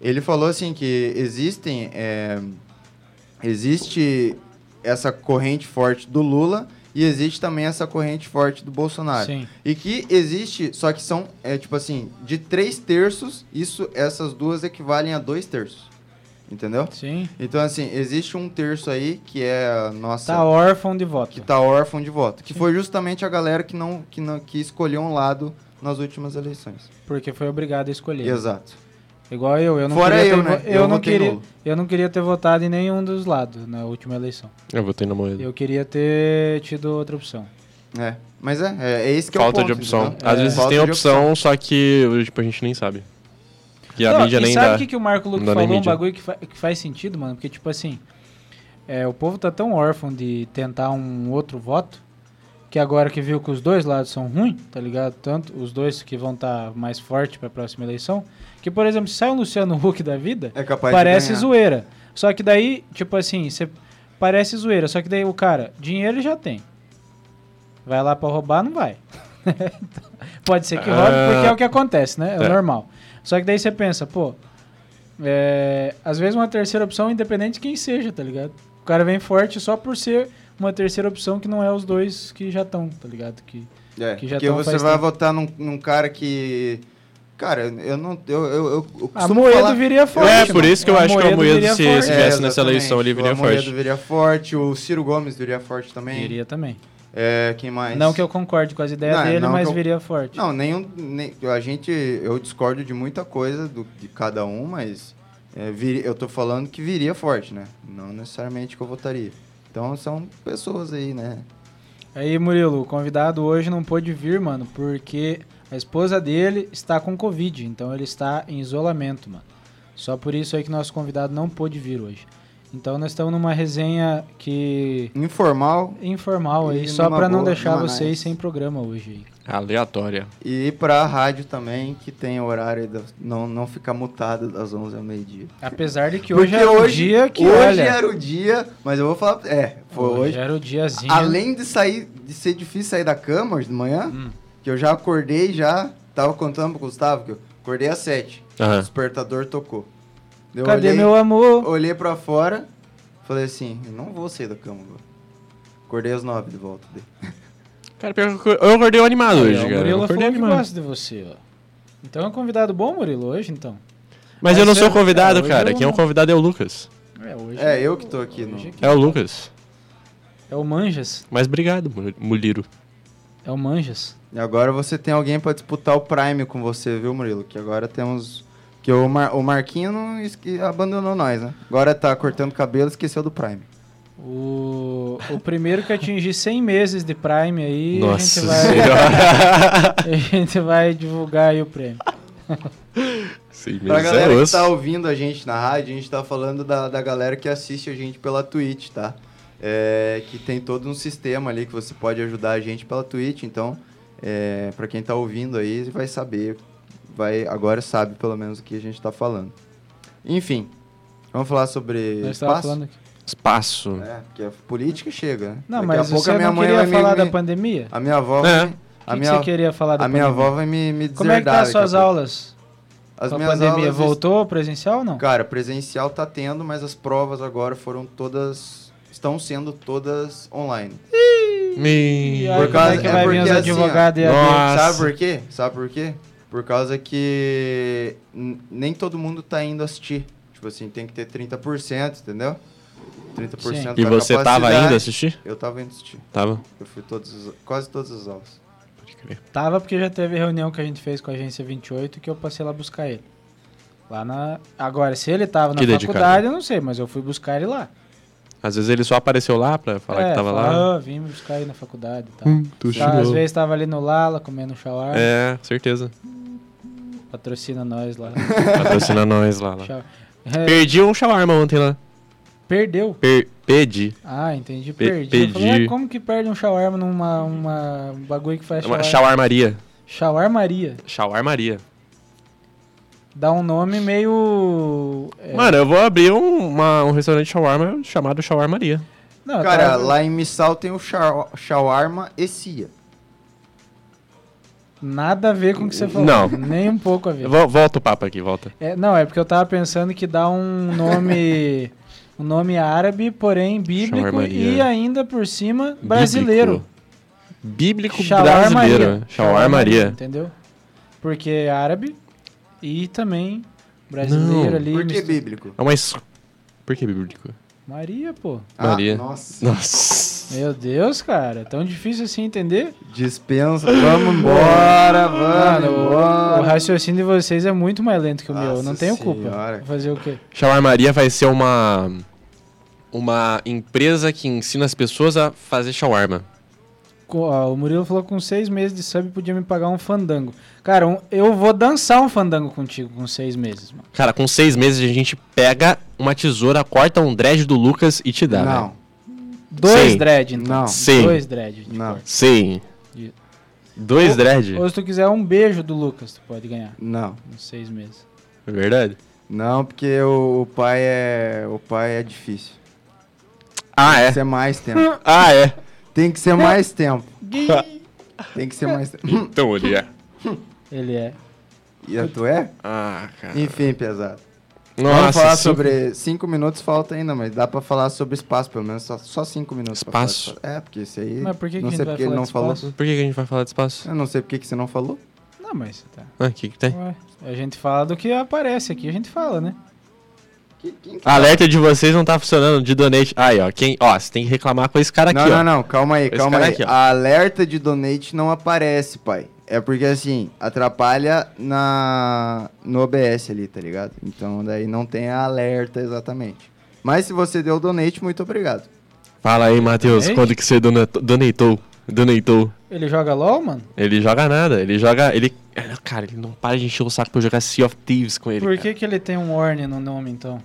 Speaker 3: Ele falou assim que existem é, existe essa corrente forte do Lula e existe também essa corrente forte do Bolsonaro.
Speaker 4: Sim.
Speaker 3: E que existe, só que são, é, tipo assim, de três terços, isso, essas duas equivalem a dois terços. Entendeu?
Speaker 4: Sim.
Speaker 3: Então, assim, existe um terço aí que é a nossa.
Speaker 4: Tá órfão de voto.
Speaker 3: que tá órfão de voto. Que foi justamente a galera que não, que não que escolheu um lado nas últimas eleições.
Speaker 4: Porque foi obrigado a escolher.
Speaker 3: Exato.
Speaker 4: Igual eu, eu não
Speaker 3: Fora
Speaker 4: queria
Speaker 3: eu,
Speaker 4: ter,
Speaker 3: né?
Speaker 4: vo-
Speaker 3: Eu
Speaker 4: Eu, não
Speaker 3: votei
Speaker 4: queria,
Speaker 3: nulo.
Speaker 4: eu não queria ter votado em nenhum dos lados na última eleição.
Speaker 6: Eu votei na Moedo.
Speaker 4: Eu queria ter tido outra opção.
Speaker 3: É. Mas é, é, é esse que
Speaker 6: Falta
Speaker 3: é o
Speaker 6: de
Speaker 3: ponto,
Speaker 6: opção.
Speaker 3: entendeu?
Speaker 6: Às
Speaker 3: É.
Speaker 6: vezes
Speaker 3: Falta
Speaker 6: tem
Speaker 3: de
Speaker 6: opção, só que tipo, a gente nem sabe. E a
Speaker 4: Não,
Speaker 6: mídia
Speaker 4: e
Speaker 6: nem
Speaker 4: sabe
Speaker 6: dá.
Speaker 4: o que, que o Marco Luque
Speaker 6: não dá nem
Speaker 4: falou? Um
Speaker 6: mídia.
Speaker 4: bagulho que, fa- que faz sentido, mano. Porque, tipo assim, é, o povo tá tão órfão de tentar um outro voto que agora que viu que os dois lados são ruins, tá ligado? Tanto os dois que vão estar mais forte pra próxima eleição. Que, por exemplo, se sai um Luciano Huck da vida,
Speaker 3: É capaz
Speaker 4: parece
Speaker 3: de ganhar.
Speaker 4: zoeira. Só que daí, tipo assim, você parece zoeira. Só que daí o cara, dinheiro ele já tem. Vai lá pra roubar, não vai. (laughs) Pode ser que roube,
Speaker 6: Ah.
Speaker 4: porque é o que acontece, né? É,
Speaker 6: É.
Speaker 4: normal. Só que daí você pensa, pô, é, às vezes uma terceira opção, independente de quem seja, tá ligado? O cara vem forte só por ser uma terceira opção que não é os dois que já estão, tá ligado? Que,
Speaker 3: É,
Speaker 4: que já
Speaker 3: porque
Speaker 4: tão
Speaker 3: você
Speaker 4: faz
Speaker 3: vai
Speaker 4: tempo.
Speaker 3: votar num, num cara que. Cara, eu não. Eu, eu, eu, eu
Speaker 4: a
Speaker 3: costumo
Speaker 4: Moedo
Speaker 3: falar-
Speaker 4: viria forte.
Speaker 6: É, por isso que eu
Speaker 4: mano.
Speaker 6: acho que o Amoedo
Speaker 4: viria
Speaker 6: se-
Speaker 4: forte. É,
Speaker 6: se tivesse
Speaker 3: É,
Speaker 6: nessa
Speaker 3: exatamente.
Speaker 6: eleição, ele viria
Speaker 3: o Amoedo
Speaker 6: forte.
Speaker 3: viria forte, o Ciro Gomes viria forte também.
Speaker 4: Viria também.
Speaker 3: É, quem mais?
Speaker 4: Não que eu concorde com as ideias
Speaker 3: Não, é
Speaker 4: dele,
Speaker 3: não
Speaker 4: mas
Speaker 3: que eu-
Speaker 4: viria forte.
Speaker 3: Não, nenhum. Nem, a gente. Eu discordo de muita coisa do, de cada um, mas. É, vir- eu tô falando que viria forte, né? Não necessariamente que eu votaria. Então são pessoas aí, né?
Speaker 4: Aí, Murilo, o convidado hoje não pôde vir, mano, porque a esposa dele está com Covid, então ele está em isolamento, mano. Só por isso aí que nosso convidado não pôde vir hoje. Então nós estamos numa resenha que
Speaker 3: Informal
Speaker 4: informal aí,
Speaker 3: E
Speaker 4: só
Speaker 3: numa
Speaker 4: para não
Speaker 3: boa,
Speaker 4: deixar
Speaker 3: numa
Speaker 4: vocês
Speaker 3: nice.
Speaker 4: sem programa hoje aí.
Speaker 6: Aleatória.
Speaker 3: e pra rádio também, que tem horário da, não, não ficar mutado das 11 ao meio-dia.
Speaker 4: Apesar de que
Speaker 3: Porque
Speaker 4: hoje era o dia que
Speaker 3: hoje
Speaker 4: olha,
Speaker 3: era o dia, mas eu vou falar, é, foi hoje.
Speaker 4: era o diazinho.
Speaker 3: Além de sair, de ser difícil sair da cama hoje de manhã,
Speaker 4: Hum.
Speaker 3: que eu já acordei já, tava contando pro Gustavo que eu acordei às 7.
Speaker 6: Aham.
Speaker 3: O despertador tocou. Eu
Speaker 4: Cadê
Speaker 3: olhei-
Speaker 4: meu amor?
Speaker 3: Olhei pra fora, falei assim, eu não vou sair da cama agora. Acordei às 9 de volta. dele.
Speaker 6: Cara, pior que eu eu acordei animado
Speaker 4: Aí,
Speaker 6: hoje,
Speaker 4: ó, É, o
Speaker 6: cara. Eu
Speaker 4: Murilo
Speaker 6: acordei
Speaker 4: falou que
Speaker 6: animado.
Speaker 4: gosta de você, ó. Então é um convidado bom, Murilo, hoje então.
Speaker 6: Mas eu não
Speaker 4: Mas
Speaker 6: sou
Speaker 4: eu- é,
Speaker 6: convidado,
Speaker 4: hoje
Speaker 6: cara.
Speaker 4: eu
Speaker 6: Quem é o
Speaker 4: não-
Speaker 6: convidado é o Lucas.
Speaker 4: É, hoje
Speaker 3: É,
Speaker 4: o-
Speaker 3: eu que tô aqui,
Speaker 4: hoje
Speaker 3: não.
Speaker 4: que-
Speaker 6: É o Lucas.
Speaker 4: É o Manjas.
Speaker 6: Mas obrigado, Mul- Muliro.
Speaker 4: É o Manjas.
Speaker 3: E agora você tem alguém pra disputar o Prime com você, viu, Murilo? Que agora temos... Que o, Mar... o Marquinho não esque- abandonou nós, né? Agora tá cortando cabelo, esqueceu do Prime.
Speaker 4: O, o primeiro que atingir 100 meses de Prime aí,
Speaker 6: Nossa
Speaker 4: a, gente
Speaker 6: senhora.
Speaker 4: vai, a gente vai divulgar aí o prêmio.
Speaker 6: Sim,
Speaker 3: Pra
Speaker 6: mesmo.
Speaker 3: galera
Speaker 6: É
Speaker 3: que tá
Speaker 6: osso.
Speaker 3: ouvindo a gente na rádio, a gente tá falando da, da galera que assiste a gente pela Twitch, tá? É, que tem todo um sistema ali que você pode ajudar a gente pela Twitch, então, é, pra quem tá ouvindo aí, vai saber, vai agora sabe pelo menos o que a gente tá falando. Enfim, vamos falar sobre
Speaker 4: Nós tava
Speaker 3: espaço?
Speaker 4: falando aqui.
Speaker 6: Espaço.
Speaker 3: É, porque a política chega, né?
Speaker 4: Não,
Speaker 3: Daqui
Speaker 4: mas
Speaker 3: a pouco
Speaker 4: você
Speaker 3: a minha
Speaker 4: não
Speaker 3: mãe
Speaker 4: queria
Speaker 3: vai me-
Speaker 4: falar da
Speaker 3: me-
Speaker 4: pandemia?
Speaker 3: A minha avó...
Speaker 6: É.
Speaker 3: vai-
Speaker 4: O
Speaker 3: A
Speaker 4: que, que
Speaker 3: minha,
Speaker 4: você queria falar da
Speaker 3: a minha
Speaker 4: pandemia?
Speaker 3: avó vai me, me deserdar.
Speaker 4: Como é que tá as
Speaker 3: daqui a
Speaker 4: suas
Speaker 3: pouco.
Speaker 4: aulas
Speaker 3: As
Speaker 4: com a
Speaker 3: minhas
Speaker 4: pandemia?
Speaker 3: aulas
Speaker 4: Voltou presencial ou não?
Speaker 3: Cara, presencial tá tendo, mas as provas agora foram todas. estão sendo todas online.
Speaker 6: Me...
Speaker 4: E aí,
Speaker 3: por
Speaker 4: como é
Speaker 3: causa-
Speaker 4: que
Speaker 3: é
Speaker 4: vai vir os
Speaker 3: porque assim, ó,
Speaker 4: advogados e a
Speaker 6: nossa.
Speaker 3: Sabe por quê? Sabe por quê? Por causa que n- nem todo mundo tá indo assistir. Tipo assim, tem que ter 30%, entendeu? 30%
Speaker 6: E
Speaker 3: da
Speaker 6: você tava
Speaker 3: capacidade.
Speaker 6: ainda assistir?
Speaker 3: Eu tava indo assistir.
Speaker 6: Tava.
Speaker 3: Eu fui todos, os- quase todas as aulas.
Speaker 6: Pode crer.
Speaker 4: Tava porque já teve reunião que a gente fez com a agência 28 que eu passei lá buscar ele. Lá na. Agora, se ele tava na
Speaker 6: Que dedicado.
Speaker 4: faculdade, eu não sei, mas eu fui buscar ele lá.
Speaker 6: Às vezes ele só apareceu lá pra falar
Speaker 4: é,
Speaker 6: que tava
Speaker 4: fala,
Speaker 6: lá.
Speaker 4: "Ah, vim buscar aí na faculdade e tal.
Speaker 6: Hum, tu
Speaker 4: Tá, às
Speaker 6: chegou.
Speaker 4: vezes tava ali no Lala comendo um shawarma,
Speaker 6: É, certeza.
Speaker 4: patrocina nós
Speaker 6: (laughs)
Speaker 4: lá.
Speaker 6: Patrocina nós lá. lá.
Speaker 4: Shawar- É,
Speaker 6: Perdi um shawarma ontem lá.
Speaker 4: perdeu.
Speaker 6: Per- perdi.
Speaker 4: Ah, entendi,
Speaker 6: Pe-
Speaker 4: perdi. Eu falei,
Speaker 6: perdi.
Speaker 4: "Ué, como que perde um shawarma numa uma, um bagulho que faz
Speaker 6: É uma
Speaker 4: shawarma?
Speaker 6: shawarmaria.
Speaker 4: Shawarmaria.
Speaker 6: Shawarmaria.
Speaker 4: Dá um nome meio... é,
Speaker 6: Mano, eu vou abrir um, uma- um restaurante de shawarma chamado Shawarmaria.
Speaker 4: não, eu
Speaker 3: Cara,
Speaker 4: tava-
Speaker 3: lá em Missal tem o shau- shawarma e cia.
Speaker 4: Nada a ver com o que você falou.
Speaker 6: Não.
Speaker 4: Nem um pouco a ver.
Speaker 6: Eu vou- Volta o papo aqui, volta.
Speaker 4: É, não, é porque eu tava pensando que dá um
Speaker 6: (laughs)
Speaker 4: nome... um nome árabe, porém bíblico
Speaker 6: Shawarmaria.
Speaker 4: e ainda por cima brasileiro.
Speaker 6: Bíblico, Bíblico
Speaker 4: Shawarmaria.
Speaker 6: brasileiro. né? Shawarmaria.
Speaker 4: Entendeu? Porque é árabe e também brasileiro
Speaker 6: Não.
Speaker 4: ali.
Speaker 3: Por que
Speaker 4: mistura-
Speaker 3: bíblico?
Speaker 6: É uma es... Por que bíblico?
Speaker 4: Maria, pô.
Speaker 6: Maria.
Speaker 3: Ah, nossa.
Speaker 6: Nossa.
Speaker 4: Meu Deus, cara. Tão difícil assim entender?
Speaker 3: Dispensa. Vamos embora,
Speaker 4: Mano,
Speaker 3: vamos
Speaker 4: o, o
Speaker 3: embora.
Speaker 4: raciocínio de vocês é muito mais lento que o meu.
Speaker 3: Nossa
Speaker 4: Não tenho culpa.
Speaker 3: senhora.
Speaker 4: Vou Fazer o quê?
Speaker 6: É. Shawarmaria vai ser uma uma empresa que ensina as pessoas a fazer shawarma.
Speaker 4: Co- ó, o Murilo falou que com seis meses de sub podia me pagar um fandango. Cara, um- eu vou dançar um fandango contigo com seis meses, mano.
Speaker 6: Cara, com seis meses a gente pega uma tesoura, corta um dread do Lucas e te dá.
Speaker 3: Não.
Speaker 6: Né?
Speaker 4: Dois
Speaker 6: Sim.
Speaker 4: dread, então.
Speaker 3: Não.
Speaker 6: Sim.
Speaker 4: Dois dread. tipo.
Speaker 3: Não.
Speaker 6: Sim.
Speaker 4: De-
Speaker 6: Dois dread.
Speaker 4: Ou se tu quiser um beijo do Lucas, tu pode ganhar.
Speaker 3: Não,
Speaker 4: Uns seis meses.
Speaker 6: É verdade?
Speaker 3: não, porque o, o pai é o pai é difícil.
Speaker 6: Ah,
Speaker 3: Tem
Speaker 6: é.
Speaker 3: que ser mais tempo.
Speaker 6: Ah, é.
Speaker 3: Tem que ser mais
Speaker 4: (laughs)
Speaker 3: tempo. Tem que ser mais tempo.
Speaker 6: Então ele é.
Speaker 4: Ele é.
Speaker 3: E a tu é?
Speaker 6: Ah, cara.
Speaker 3: Enfim, pesado.
Speaker 6: Nossa,
Speaker 3: Vamos falar
Speaker 6: sim.
Speaker 3: sobre cinco minutos falta ainda, mas dá pra falar sobre espaço pelo menos só, só cinco minutos. pra falar de
Speaker 6: Espaço?
Speaker 3: É porque isso aí.
Speaker 4: Mas por que, que
Speaker 3: não
Speaker 4: a gente
Speaker 3: sei
Speaker 4: vai
Speaker 3: porque ele
Speaker 4: falar
Speaker 3: não
Speaker 4: de
Speaker 3: falou.
Speaker 4: espaço?
Speaker 6: Por que que a gente vai falar de espaço?
Speaker 3: Eu não sei porque que você não falou.
Speaker 4: Não, mas tá.
Speaker 6: Ah, o que que tem?
Speaker 4: Ué, a gente fala do que aparece aqui, a gente fala, né?
Speaker 3: Que- quem que-
Speaker 6: Alerta de vocês não tá funcionando de donate. Aí, ó. Quem, ó, você tem que reclamar com esse cara aqui,
Speaker 3: não,
Speaker 6: ó.
Speaker 3: não, não. Calma aí,
Speaker 6: Esse
Speaker 3: calma
Speaker 6: cara
Speaker 3: aí.
Speaker 6: aqui, ó.
Speaker 3: a alerta de donate não aparece, pai. É porque, assim, atrapalha na, no OBS ali, tá ligado? Então, daí não tem alerta exatamente. Mas se você deu o donate, muito obrigado.
Speaker 6: Fala aí, Matheus,
Speaker 4: Donate?
Speaker 6: quando que você dona- donatou? Donatou.
Speaker 4: Ele joga LOL, mano?
Speaker 6: Ele joga nada, ele joga. Ele. Cara, ele não para de encher o saco pra eu jogar Sea of Thieves com ele.
Speaker 4: Por que, que ele tem um Warning no nome, então?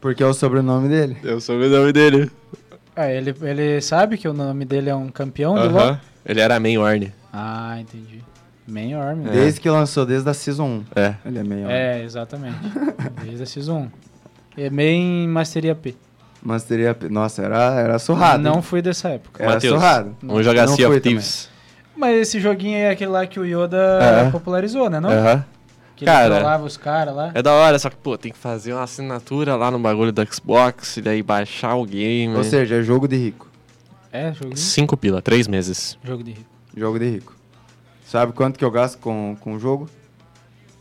Speaker 3: Porque é o sobrenome dele.
Speaker 6: Eu soube o nome dele.
Speaker 4: Ah, ele, ele sabe que o nome dele é um campeão do LOL?
Speaker 6: Aham. Ele era main Orne.
Speaker 4: Ah, entendi. Main Warning.
Speaker 3: Desde que lançou, desde a Season 1.
Speaker 6: É.
Speaker 3: Ele é meio...
Speaker 4: É, exatamente. Desde a Season 1. E main Masteria P.
Speaker 3: Mas teria... Nossa, era, era surrado.
Speaker 4: Não
Speaker 3: hein?
Speaker 4: fui dessa época.
Speaker 3: Era
Speaker 6: Matheus,
Speaker 3: surrado.
Speaker 6: Vamos jogar
Speaker 3: Não
Speaker 6: Sea
Speaker 3: fui
Speaker 6: of
Speaker 3: também.
Speaker 6: Thieves.
Speaker 4: Mas esse joguinho aí é aquele lá que o Yoda
Speaker 6: É.
Speaker 4: popularizou, né? Não?
Speaker 6: Aham.
Speaker 4: Que
Speaker 6: cara.
Speaker 4: ele trollava os caras lá.
Speaker 6: É da hora, só que, pô, tem que fazer uma assinatura lá no bagulho do Xbox e daí baixar o game.
Speaker 3: Ou seja, é jogo de rico.
Speaker 4: É, jogo de,
Speaker 6: Cinco pila, três meses.
Speaker 4: jogo de rico.
Speaker 3: Jogo de rico. Sabe quanto que eu gasto com, com o jogo?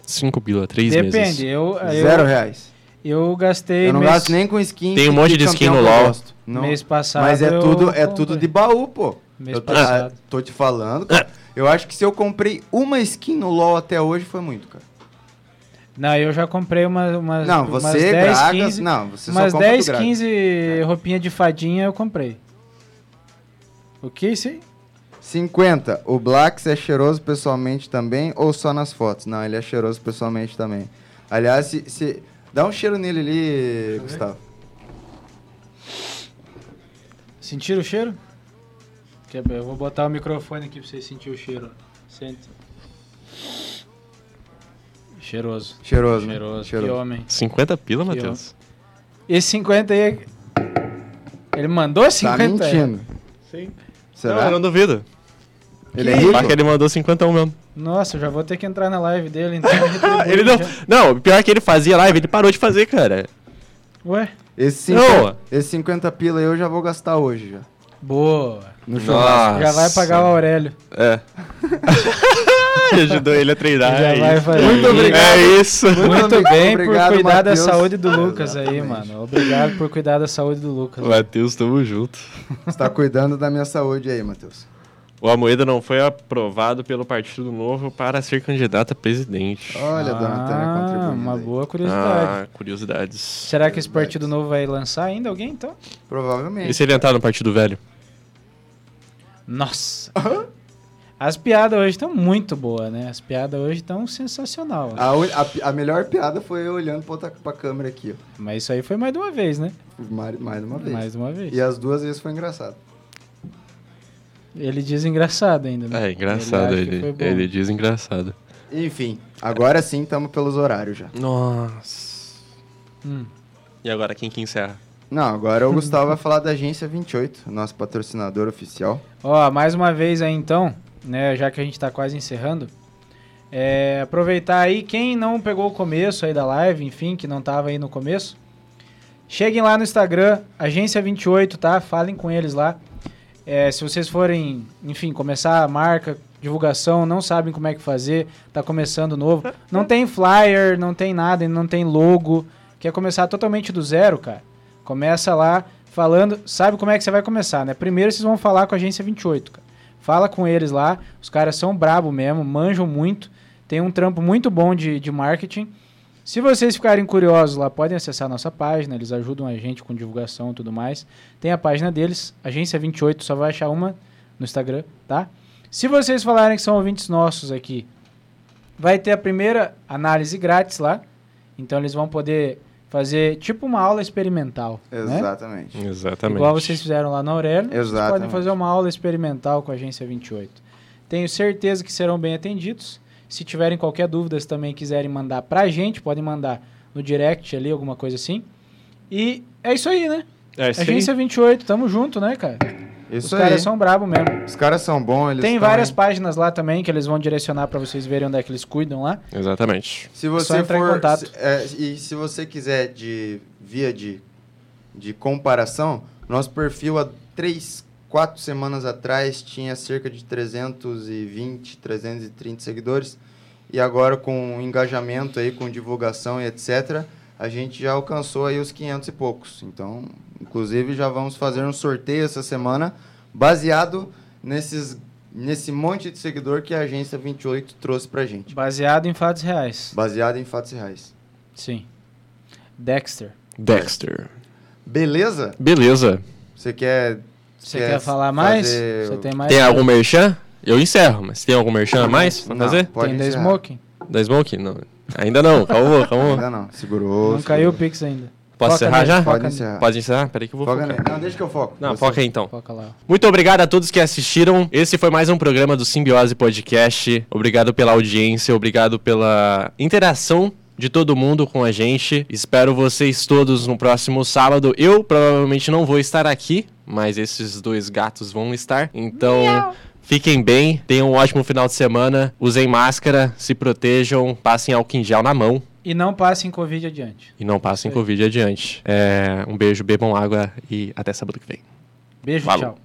Speaker 6: Cinco pila, três meses.
Speaker 4: Depende, eu, Ah, eu,
Speaker 3: Zero reais.
Speaker 4: eu gastei
Speaker 3: Eu não
Speaker 4: mês,
Speaker 3: gasto nem com skin.
Speaker 6: Tem um
Speaker 3: que
Speaker 6: monte de
Speaker 3: campeão
Speaker 6: skin no
Speaker 3: que eu
Speaker 6: LoL.
Speaker 3: gosto. Não.
Speaker 4: mês passado.
Speaker 3: Mas é
Speaker 4: eu
Speaker 3: tudo, é
Speaker 4: comprei.
Speaker 3: tudo de baú, pô.
Speaker 4: Mês
Speaker 3: eu tô,
Speaker 4: passado.
Speaker 3: ah, tô te falando, cara. Eu acho que se eu comprei uma skin no LoL até hoje, foi muito, cara.
Speaker 4: Não, eu já comprei uma, umas,
Speaker 3: Não,
Speaker 4: umas
Speaker 3: você,
Speaker 4: 10,
Speaker 3: Bragas...
Speaker 4: 15,
Speaker 3: Não, você
Speaker 4: umas
Speaker 3: só compra É.
Speaker 4: 10,
Speaker 3: do Bragas.
Speaker 4: 15 roupinha de fadinha eu comprei. O que sim?
Speaker 3: 50. O Blax é cheiroso pessoalmente também ou só nas fotos? Não, ele é cheiroso pessoalmente também. Aliás, se... se- Dá um cheiro nele ali, Gustavo.
Speaker 4: Sentiram o cheiro? Quer ver? Eu vou botar o microfone aqui pra vocês sentirem o cheiro. ó. Sente. Cheiroso.
Speaker 3: Cheiroso, né?
Speaker 4: Cheiroso. Que
Speaker 3: Cheiroso.
Speaker 4: homem.
Speaker 6: 50 pila, Matheus?
Speaker 4: Esse 50 aí. é- Ele mandou 50?
Speaker 3: Tá mentindo.
Speaker 4: Sim.
Speaker 6: Não,
Speaker 3: Será?
Speaker 6: eu não duvido.
Speaker 3: Ele é
Speaker 4: Que
Speaker 6: Só que
Speaker 3: rico?
Speaker 6: ele mandou 51 mesmo.
Speaker 4: Nossa, eu já vou ter que entrar na live dele então.
Speaker 6: Ah, (laughs) ele não. Não, pior é que ele fazia live, ele parou de fazer, cara.
Speaker 4: Ué?
Speaker 3: Esse
Speaker 6: Não.
Speaker 3: 50, esse 50 pila aí eu já vou gastar hoje já.
Speaker 4: Boa.
Speaker 3: No churrasco.
Speaker 4: Já vai pagar o Aurélio.
Speaker 6: É. (laughs) ajudou ele a treinar.
Speaker 4: Já
Speaker 6: é
Speaker 4: vai
Speaker 6: isso.
Speaker 4: fazer.
Speaker 3: Muito obrigado.
Speaker 6: É isso.
Speaker 4: Muito
Speaker 3: Muito
Speaker 4: bem
Speaker 3: obrigado,
Speaker 4: por cuidar
Speaker 3: Matheus.
Speaker 4: da saúde do Lucas aí,
Speaker 3: Exatamente.
Speaker 4: mano. Obrigado por cuidar da saúde do Lucas.
Speaker 6: Matheus, tamo junto.
Speaker 3: Você tá cuidando da minha saúde aí, Matheus.
Speaker 6: O Amoedo não foi aprovado pelo Partido Novo para ser candidato a presidente.
Speaker 3: Olha, a dona Tânia
Speaker 4: ah,
Speaker 3: contribuindo.
Speaker 4: uma
Speaker 3: aí.
Speaker 4: boa curiosidade.
Speaker 6: Ah, curiosidades.
Speaker 4: Será que esse partido novo vai lançar ainda alguém, então?
Speaker 3: Provavelmente.
Speaker 6: E se ele entrar no Partido Velho?
Speaker 4: Nossa. As piadas hoje estão muito boas, né? As piadas hoje estão sensacional. né?
Speaker 3: A, ol- a pi- a melhor piada foi eu olhando pra, outra- pra câmera aqui, ó.
Speaker 4: Mas isso aí foi mais de uma vez, né?
Speaker 3: Mais, mais uma vez.
Speaker 4: Mais uma vez.
Speaker 3: E as duas vezes foi engraçado.
Speaker 4: Ele diz engraçado ainda, né?
Speaker 6: É, engraçado.
Speaker 4: acha que
Speaker 6: Ele,
Speaker 4: foi bom.
Speaker 6: ele diz engraçado.
Speaker 3: Enfim, agora sim estamos pelos horários já.
Speaker 6: Nossa.
Speaker 4: Hum.
Speaker 6: E agora, quem que encerra?
Speaker 3: Não, agora o Gustavo vai falar da Agência 28, nosso patrocinador oficial.
Speaker 4: Ó, mais uma vez aí então, né, já que a gente tá quase encerrando, é, aproveitar aí, quem não pegou o começo aí da live, enfim, que não tava aí no começo, cheguem lá no Instagram, Agência28, tá? Falem com eles lá. É, se vocês forem, enfim, começar a marca, divulgação, não sabem como é que fazer, tá começando novo, não tem flyer, não tem nada, não tem logo, quer começar totalmente do zero, cara? Começa lá falando, sabe como é que você vai começar, né? Primeiro vocês vão falar com a agência 28, cara. Fala com eles lá, os caras são brabo mesmo, manjam muito, tem um trampo muito bom de, de marketing. Se vocês ficarem curiosos lá, podem acessar a nossa página, eles ajudam a gente com divulgação e tudo mais. Tem a página deles, agência 28, só vai achar uma no Instagram, tá? Se vocês falarem que são ouvintes nossos aqui, vai ter a primeira análise grátis lá. Então eles vão poder fazer tipo uma aula experimental. né?
Speaker 3: Exatamente.
Speaker 6: Exatamente.
Speaker 4: Igual vocês fizeram lá na Aurélio, vocês podem
Speaker 3: Exatamente.
Speaker 4: fazer uma aula experimental com a Agência 28. Tenho certeza que serão bem atendidos. Se tiverem qualquer dúvida, se também quiserem mandar pra gente, podem mandar no direct ali, alguma coisa assim. E é isso aí, né?
Speaker 6: É, isso aí.
Speaker 4: Agência 28, tamo junto, né, cara? Os
Speaker 3: É Isso aí.
Speaker 4: caras são brabo mesmo.
Speaker 3: Os caras são bons, eles
Speaker 4: Tem
Speaker 3: tão
Speaker 4: várias
Speaker 3: aí.
Speaker 4: páginas lá também que eles vão direcionar pra vocês verem onde é que eles cuidam lá.
Speaker 6: Exatamente.
Speaker 3: Se
Speaker 4: É Só
Speaker 3: você
Speaker 4: entrar em
Speaker 3: for,
Speaker 4: contato.
Speaker 3: se- é, e se você quiser de via de, de comparação, nosso perfil há três, quatro semanas atrás tinha cerca de 320, 330 seguidores e agora com engajamento aí, com divulgação e etc, a gente já alcançou aí os 500 e poucos. Então, inclusive já vamos fazer um sorteio essa semana baseado nesses nesse monte de seguidor que a agência 28 trouxe pra gente.
Speaker 4: Baseado em fatos reais.
Speaker 3: Baseado em fatos reais.
Speaker 4: Sim. Dexter.
Speaker 6: Dexter.
Speaker 3: Beleza?
Speaker 6: Beleza.
Speaker 3: Você quer.
Speaker 4: Você
Speaker 3: quer
Speaker 4: quer falar mais?
Speaker 3: fazer
Speaker 4: Você
Speaker 3: o-
Speaker 4: tem mais?
Speaker 6: Tem algum merchan? Eu encerro, mas tem algum merchan a mais pra
Speaker 3: Não,
Speaker 6: fazer?
Speaker 3: pode
Speaker 4: Tem da
Speaker 3: encerrar.
Speaker 4: Smoking?
Speaker 6: Da Smoke? Não. Ainda não, calma, calma.
Speaker 3: Ainda não. Segurou.
Speaker 4: Não caiu o
Speaker 3: segurou.
Speaker 4: Pix ainda.
Speaker 6: Posso
Speaker 4: Foca
Speaker 6: encerrar
Speaker 4: nele,
Speaker 6: já?
Speaker 4: foca
Speaker 3: Pode
Speaker 4: nele,
Speaker 3: encerrar.
Speaker 6: Pode encerrar? Peraí que eu vou
Speaker 3: Foca
Speaker 6: focar.
Speaker 3: nele. Não, deixa que eu foco.
Speaker 6: Não,
Speaker 3: Você-
Speaker 6: foca aí então.
Speaker 4: Foca lá.
Speaker 6: Muito obrigado a todos que assistiram. Esse foi mais um programa do Simbiose Podcast. Obrigado pela audiência, obrigado pela interação de todo mundo com a gente. Espero vocês todos no próximo sábado. Eu provavelmente não vou estar aqui, mas esses dois gatos vão estar. Então, fiquem bem, tenham um ótimo final de semana, usem máscara, se protejam, passem álcool em gel na mão.
Speaker 4: E não passem Covid adiante.
Speaker 6: E não passem Covid adiante. É, um beijo, bebam água e até sábado que vem.
Speaker 4: Beijo,
Speaker 6: Falou.
Speaker 4: tchau.